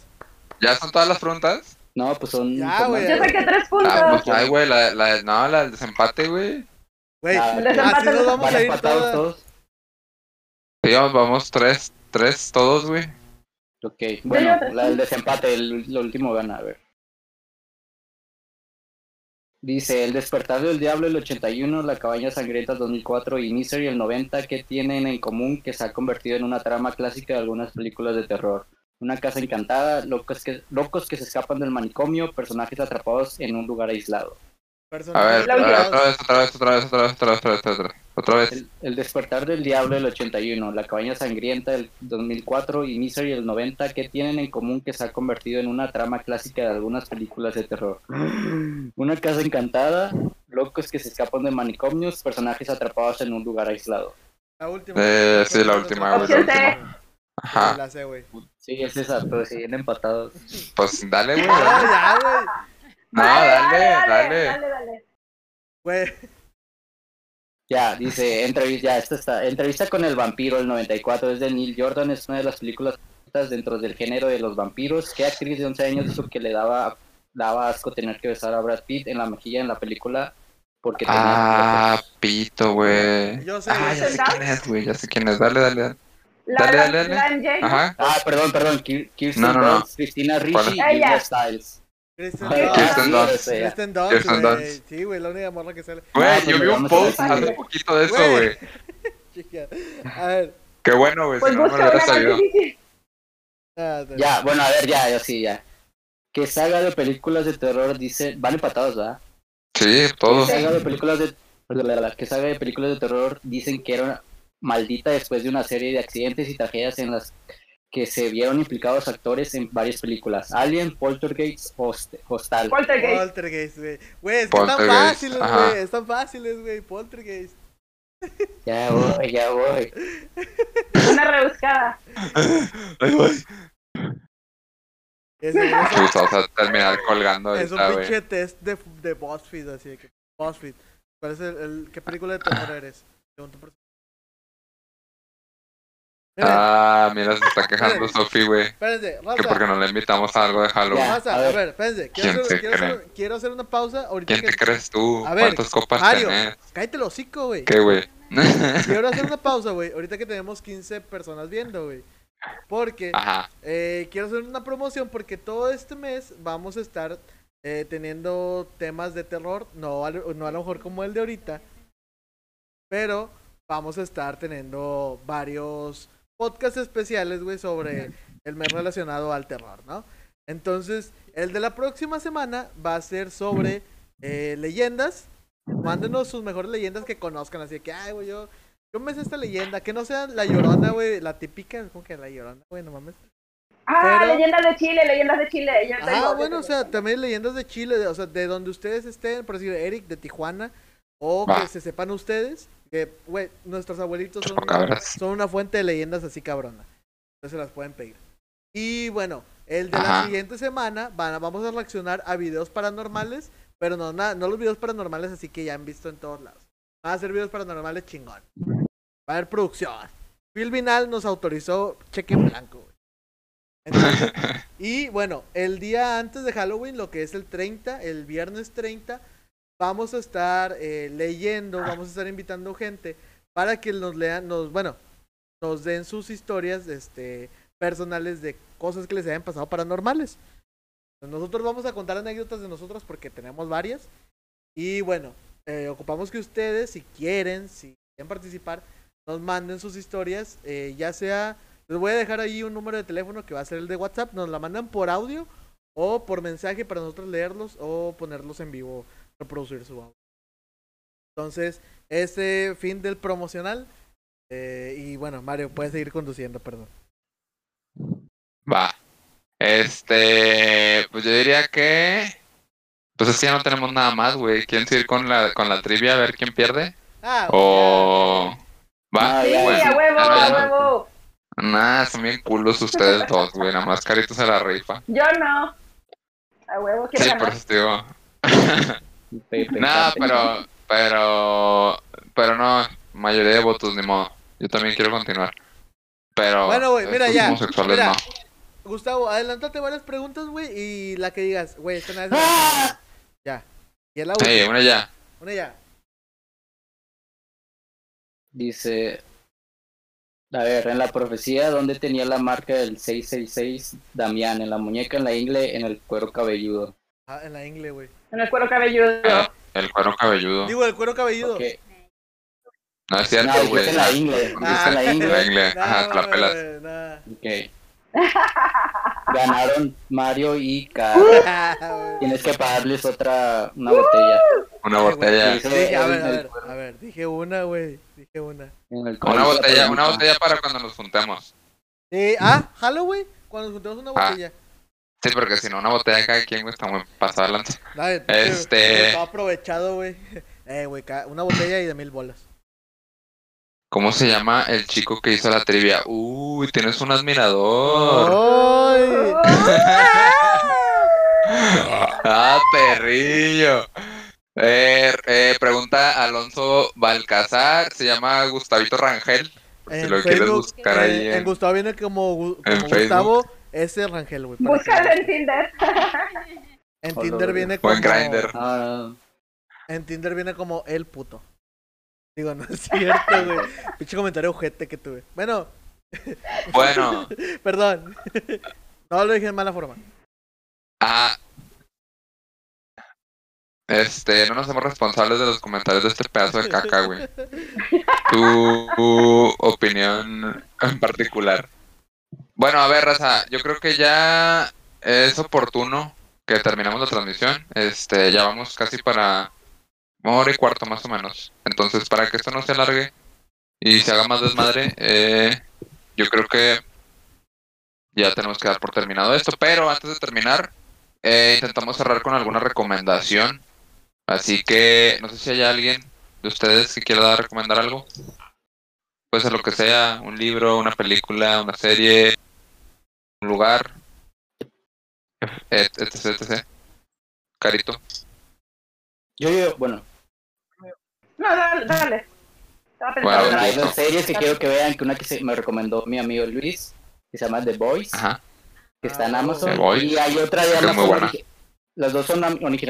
¿Ya son todas las preguntas?
No, pues son...
Ya,
son
güey.
más-
Yo saqué tres
Ah, pues
puntos.
ay, güey, la, la, no, la del desempate, güey.
Güey,
Ah,
Les
así
empatan
nos
los
vamos
van
a ir
empatados
todos.
todos.
Sí, vamos, vamos tres, tres todos, güey.
Ok, bueno,
llevo tres.
la del desempate, el, lo último gana, a ver. Dice, El despertar del diablo el 81, La cabaña sangrienta el 2004 y Misery el 90, ¿qué tienen en común que se ha convertido en una trama clásica de algunas películas de terror? Una casa encantada, locos que, locos que se escapan del manicomio, personajes atrapados en un lugar aislado.
A ver,
Personajes
La
a ver,
última.
otra vez, otra vez, otra vez, otra vez, otra vez, otra vez, otra vez. Otra vez.
El, El despertar del diablo el 81, La cabaña sangrienta el 2004 y Misery el 90, ¿qué tienen en común que se ha convertido en una trama clásica de algunas películas de terror? Una casa encantada, locos que se escapan de manicomios, personajes atrapados en un lugar aislado.
La última.
Eh, sí, la última,
güey, la Opción C.
Ajá.
Ajá.
La sé, güey.
Sí, es esa, pero siguen empatados.
Pues dale, güey.
No,
dale.
Ah, ya, güey.
No, ah, dale, dale.
Dale, dale.
Güey,
Ya, dice, entrevista, ya, esta está. Entrevista con el vampiro, el 94, es de Neil Jordan, es una de las películas dentro del género de los vampiros. ¿Qué actriz de 11 años dijo que le daba, daba asco tener que besar a Brad Pitt en la mejilla en la película? Porque tenía...
Ah, pito, güey.
yo sé,
Ah,
güey.
ya sé quién es, güey, ya sé quién es. Dale, dale, dale.
La-
Dale,
la-
dale, dale.
la MJ, ¿no?
Ajá.
Ah, perdón, perdón, Ki- Kirsten
No, no, no.
Dunst, Christina
¿Cuál?
Ricci y
Ella.
Julia Stiles.
Kristen
Ah,
Dunst.
Kirsten Dunst.
esa ya.
Kristen Dunst,
Kirsten
güey.
Dunst.
Sí, güey, la única morra que sale.
Güey,
pues
yo vi
lo
un
vamos a
post
decir,
hace
güey.
poquito de eso,
Güey.
güey.
Chica. A ver.
Qué bueno, güey, si
Pues
no no me
busca
hubiera
una más
salido.
difícil.
Ah, te-
Ya, bueno, a ver, ya, ya, sí, ya. ¿Qué saga de películas de terror dice... Van empatados, ¿verdad?
Sí, todos.
que saga de películas de que saga de películas de terror dicen que era maldita después de una serie de accidentes y tragedias en las que se vieron implicados actores en varias películas Alien, Poltergeist, Host- Hostal.
Poltergeist.
Poltergeist, güey. Güey, es que están
Poltergeist,
fáciles,
ajá.
güey. Están fáciles, güey. Poltergeist.
Ya voy, ya voy.
Una rebuscada.
Ay, güey.
Es, es-
Pues vamos a terminar colgando
es un
ahorita, güey.
pinche test de, de BuzzFeed, así de que. BuzzFeed. ¿Cuál es el, el- ¿Qué película de terror eres? Según tu pers- Miren,
Ah, mira, se está quejando
Miren.
Sofi, güey.
Espérense,
Que porque
Raza.
no le invitamos a algo de Halloween.
Ya.
Raza,
A
a
ver.
ver, espérense. Quiero
¿Quién
hacer,
te
quiero, hacer-
cree?
quiero hacer una pausa ahorita.
¿Quién
que-
te crees tú?
A ver,
¿Cuántas copas
Mario.
tenés?
Cállate el hocico, güey.
¿Qué, güey?
Quiero hacer una pausa, güey. Ahorita que tenemos 15 personas viendo, güey. Porque.
Ah,
Ajá.
Eh, quiero hacer una promoción porque todo este mes vamos a estar eh, teniendo temas de terror, no, al- no a lo mejor como el de ahorita, pero vamos a estar teniendo varios podcasts especiales, güey, sobre el mes relacionado al terror, ¿no? Entonces, el de la próxima semana va a ser sobre eh, leyendas. Mándenos sus mejores leyendas que conozcan, así que, ay, güey, yo, yo me sé esta leyenda, que no sea la llorona, güey, la típica, como que la llorona, güey, no mames.
Ah,
Pero-
leyendas de Chile, leyendas de Chile. Yo
Ah,
tengo-
bueno, o sea, también leyendas de Chile, de- o sea, de donde ustedes estén, por decir, Eric de Tijuana, o
Va.
que se sepan ustedes, que, güey, nuestros abuelitos son,
Chupacabras.
son una fuente de leyendas así cabrona. Entonces se las pueden pedir. Y bueno, el de la
Ajá.
siguiente semana van a- vamos a reaccionar a videos paranormales, pero no, na- no los videos paranormales así que ya han visto en todos lados. Van a ser videos paranormales chingón. Va a haber producción. Phil Vinal nos autorizó cheque en blanco, güey. Entonces, y bueno, el día antes de Halloween, lo que es el 30, el viernes 30, vamos a estar eh, leyendo, vamos a estar invitando gente para que nos lean, nos, bueno, nos den sus historias este, personales de cosas que les hayan pasado paranormales. Nosotros vamos a contar anécdotas de nosotros porque tenemos varias. Y bueno, eh, ocupamos que ustedes, si quieren, si quieren participar, nos manden sus historias, eh, ya sea... Les voy a dejar ahí un número de teléfono que va a ser el de WhatsApp. Nos la mandan por audio o por mensaje para nosotros leerlos o ponerlos en vivo, reproducir su audio. Entonces, este fin del promocional. eh, y bueno, Mario, puedes seguir conduciendo, perdón.
Va. Este, pues yo diría que. Pues así ya no tenemos nada más, güey. ¿Quieren seguir con la, con la trivia a ver quién pierde?
Ah,
O. Va,
Ah,
Sí,
ya,
güey.
a huevo,
Ya,
a
ya.
huevo.
Nah, son bien culos ustedes dos, güey. Nada más carito se la rifa.
Yo no. A huevo, quiero
Sí, por
ganar.
eso te digo.
Pe- pe-
Nada,
pe-
pero. Pero. Pero no. Mayoría de votos, ni modo. Yo también quiero continuar. Pero.
Bueno, güey, mira
estos
ya,
homosexuales
mira.
no.
Gustavo, adelántate varias preguntas, güey, y la que digas, güey, esta nada
¡Ah!
Ya. Y es la
Ey,
última.
una ya.
Una ya.
Dice. A ver, en la profecía, ¿dónde tenía la marca del 666 Damián? En la muñeca, en la ingle, en el cuero cabelludo.
Ah, en la ingle, güey.
En el cuero cabelludo.
Ah, El cuero cabelludo.
Digo, el cuero cabelludo.
Ok.
No es
No,
cierto,
dijiste
güey. Ah.
en la ingle. dijiste en la
La
ingle.
ingle. Ajá, te la
güey,
pelas.
nada.
Ok. Ganaron Mario y Carl.
Ah, güey.
Tienes que pagarles otra una botella.
Una
Ay, güey.
botella.
Sí,
Dije, a
el-
ver, a
el
ver, a ver, dije una, güey. Dije una.
En el
Una
cuero.
botella, una botella para cuando nos juntemos.
Eh, ah, Halloween, cuando nos juntamos una
Ah.
botella.
Sí, porque si no, una botella cada quien güey, está muy pasada de lanza.
Dale,
Este-
Todo aprovechado, güey. Eh, güey, ca- una botella y de mil bolas.
¿Cómo se llama el chico que hizo la trivia? Uy, tienes un admirador.
¡Ay!
Oh,
ah, perrillo. Eh, eh, pregunta Alonso Balcazar. Se llama Gustavito Rangel. por si
En
lo quieres
Facebook,
buscar ahí
eh, en
en-
Gustavo viene como, Gu-
en
como
Facebook.
Gustavo S. Rangel, güey. para que-
Búscalo en Tinder.
En
Hola,
Tinder
güey.
viene
o
como.
en Grindr.
Ah,
En Tinder viene como el puto. Digo, no es cierto, güey. Pinche comentario ojete que tuve. Bueno,
Bueno,
perdón. No lo dije en mala forma.
ah. Este, no nos hacemos responsables de los comentarios de este pedazo de caca, güey. tu opinión en particular. Bueno, a ver, Raza, yo creo que ya es oportuno que terminamos la transmisión. Este, ya vamos casi para una hora y cuarto más o menos. Entonces, para que esto no se alargue y se haga más desmadre, eh, yo creo que ya tenemos que dar por terminado esto. Pero antes de terminar, eh, intentamos cerrar con alguna recomendación. Así que no sé si hay alguien de ustedes que quiera dar- recomendar algo. Puede ser lo que sea, un libro, una película, una serie, un lugar, et- etc, etc. Carito.
yo, yo, bueno,
No, dale, dale. Estaba
Bueno,
pensando.
bueno.
hay dos series que quiero que vean, que una que se- me recomendó mi amigo Luis, que se llama The Boys,
Ajá.
que está en
Ah,
Amazon,
The Boys.
y hay otra de
Es muy
Amazon,
buena.
origi- las dos son oh, originales,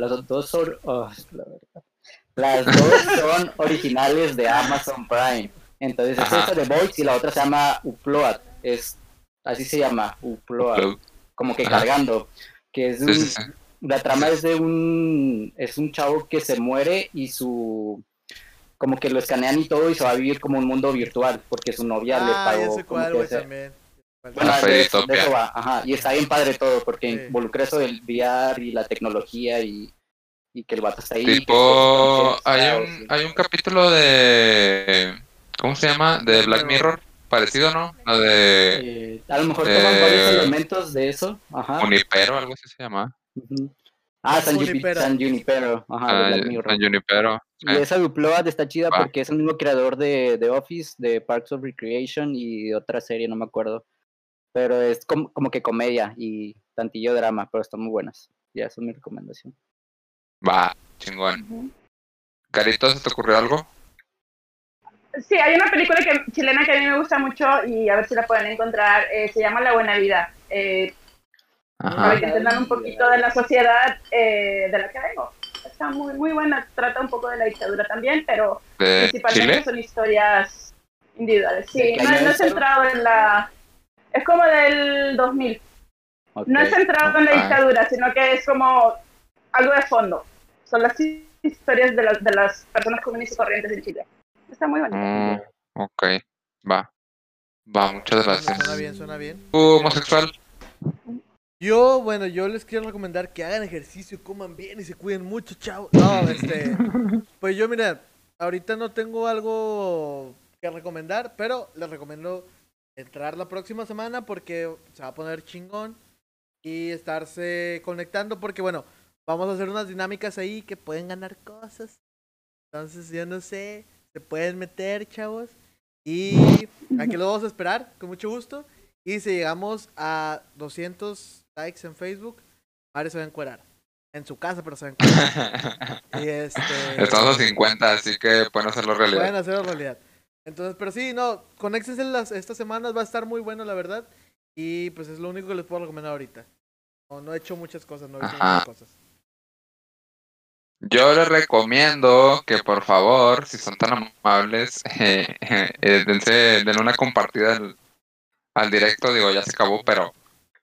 las dos son, oh, la verdad. las dos son originales de Amazon Prime, entonces es
Ajá.
esa The Boys y la otra se llama Upload, es, así se llama, Upload,
Lo-
como que
Ajá.
cargando, que es
sí,
un,
sí, sí.
la trama es de un es un chavo que se muere y su como que lo escanean y todo y se va a vivir como un mundo virtual porque su novia le
Ah,
pagó
ya sé
como
cuál,
que
güey,
se-
también.
bueno
Ah,
de, de
Fairytopia.
eso va ajá y está bien padre todo porque
Sí.
involucra eso del VR y la tecnología y, y que el vato está ahí que-
Tipo,
que-
hay un, hay un capítulo de... ¿Cómo se llama? De Black Mirror. Parecido, ¿no? La de
eh, a lo mejor toman varios
Eh,
elementos de eso ajá
Unipero, algo así se llama.
ujú. ah San, Juni-
Junipero.
San Junipero ajá de
Ah,
Black Mirror.
San Junipero. sí.
Y esa Dupload está chida
Va.
porque es el mismo creador de The Office, de Parks of Recreation y de otra serie, no me acuerdo. Pero es como, como que comedia y tantillo drama, pero están muy buenas. Ya, esa es mi recomendación.
Va, chingón.
Ujú.
Carito, ¿se te ocurrió algo?
Sí, hay una película que, chilena que a mí me gusta mucho y a ver si la pueden encontrar. eh, se llama La Buena Vida. Eh,
Ajá.
para que entiendan un poquito de la sociedad eh, de la que vengo. Está muy, muy buena. Trata un poco de la dictadura también, pero
¿De
principalmente
Chile?
son historias individuales. Sí,
¿De qué
no,
año
no
es,
es centrado en la... Es como del 2000. No es centrado en la
Ah.
dictadura, sino que es como algo de fondo. Son las historias de, las de las personas comunes y corrientes en Chile. Está muy bonito.
Mm, ok, va. Va, muchas
Suena, suena
gracias.
bien, suena bien.
¿Tú, homosexual?
Yo, bueno, yo les quiero recomendar que hagan ejercicio, coman bien y se cuiden mucho, chao. No, este. Pues yo, mira, ahorita no tengo algo que recomendar, pero les recomiendo entrar la próxima semana porque se va a poner chingón y estarse conectando porque, bueno, vamos a hacer unas dinámicas ahí que pueden ganar cosas. Entonces, yo no sé, se pueden meter, chavos. Y Ah, aquí lo vamos a esperar, con mucho gusto. Y si llegamos a 200 likes en Facebook, Mario se va a encuerar. En su casa, pero se va a encuerar. Y este...
Estamos a 50, así que pueden hacerlo
Pueden
realidad.
hacerlo realidad. Entonces, pero sí, no, conéctense las, estas semanas, va a estar muy bueno, la verdad. Y pues es lo único que les puedo recomendar ahorita. No, no he hecho muchas cosas, no he hecho
Ajá.
muchas cosas.
Yo les recomiendo que por favor, si son tan amables, eh, eh, eh, dense- den una compartida al, al directo. Digo, ya se acabó, pero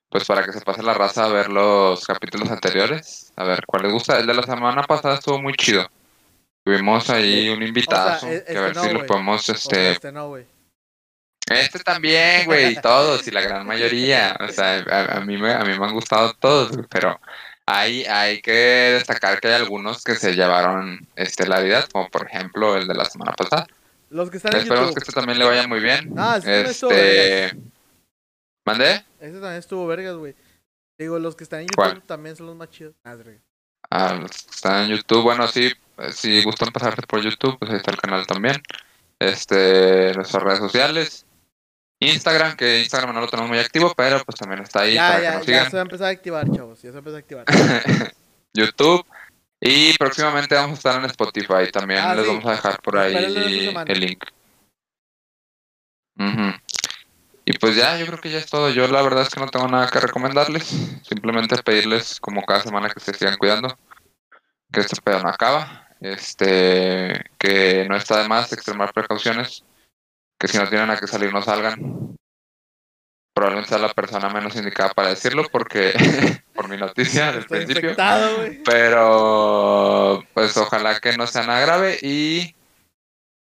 pues para que se pase la raza a ver los capítulos anteriores, a ver cuál les gusta. El de la semana pasada estuvo muy chido. Tuvimos ahí un invitado
O sea, e-
que a
este
ver
no,
si lo
güey.
podemos
O sea,
este,
este no, güey.
Este también, güey, y todos, y la gran mayoría. O sea, a, a mí, me, a mí me han gustado todos, güey, pero hay, hay que destacar que hay algunos que se llevaron estelaridad, como por ejemplo el de la semana pasada.
Los que están en
Esperemos que
YouTube.
este también le vaya muy bien.
Ah, sí, no estuvo
Este. ¿Mandé?
Ese también estuvo vergas, güey. Digo, los que están en YouTube
¿Cuál?
también son los más chidos. Ah, verga.
A los que están Ah, en YouTube. Bueno, sí, eh, si gustan pasarse por YouTube, pues ahí está el canal también. Este, nuestras redes sociales. Instagram, que Instagram no lo tenemos muy activo, pero pues también está ahí para
ya,
que
ya,
nos
ya
sigan.
se va a empezar a activar, chavos. Ya se va a empezar a activar.
YouTube. Y próximamente vamos a estar en Spotify. También
Ah,
les
sí.
vamos a dejar por ahí
Espérenlo esta semana.
el link. Ujú. Y pues ya, yo creo que ya es todo. Yo la verdad es que no tengo nada que recomendarles. Simplemente pedirles como cada semana que se sigan cuidando. Que este pedo no acaba. Este, que no está de más extremar precauciones. Que si no tienen a qué salir no salgan. Probablemente sea la persona menos indicada para decirlo porque por mi noticia del
Estoy
principio.
infectado, güey.
Pero, pues ojalá que no sea nada grave y,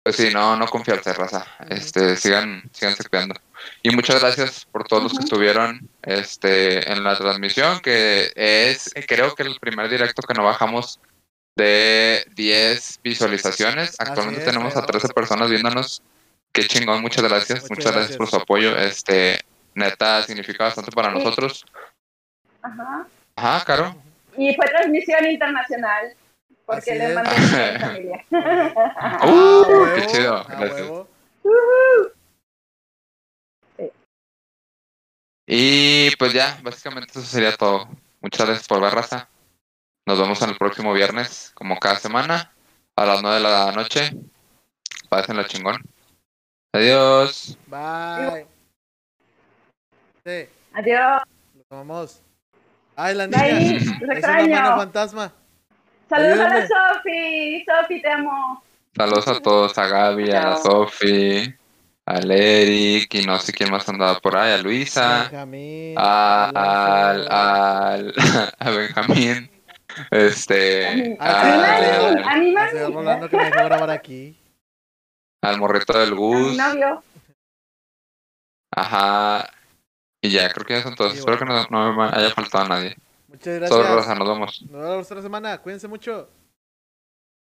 pues sí, no, no confiarse, raza. Este, sigan, síganse cuidando. Y muchas gracias por todos los que
Ujú.
estuvieron este, en la transmisión, que es, eh, creo que el primer directo que no bajamos de 10 visualizaciones. Actualmente
es,
tenemos a
pero-
13 personas viéndonos. Qué chingón, muchas gracias.
Muchas
Muchas, gracias.
gracias.
por su apoyo. Este, neta, significa bastante para
Sí.
nosotros.
Ajá.
Ajá, Caro.
Y fue transmisión internacional, porque
Así
les
es.
mandé a mi familia.
¡Uh!
Ah,
¡Qué
huevo,
chido!
ah,
Gracias.
huevo.
Y pues ya, básicamente eso sería todo. Muchas gracias por ver, raza. Nos vemos en el próximo viernes, como cada semana, a las 9 de la noche. Pásenla chingón. Adiós.
Bye. Sí,
Adiós.
lo tomamos. Ay, la niña.
Bye. Los
Es una mano
extraño.
fantasma.
Saludos a
Ayúdenme.
la Sofi. Sofi, te amo.
Saludos a todos, a Gaby, a la
Chao.
Sofi, al Eric, y no sé quién más andaba por ahí, a Luisa,
Benjamín.
a- Ah. al,
Alonso.
al, a Benjamín, este,
Ah,
al,
Anímame.
Al señor
Anímame.
Rolando que me dejó grabar aquí.
al morrito del
A mi
Gus.
novio.
Ajá. Y ya, creo que ya son todos.
Sí,
Espero que no, no me haya faltado a nadie.
Muchas
Todos,
gracias.
Rosa, nos vemos.
Nos vemos la próxima semana. Cuídense mucho.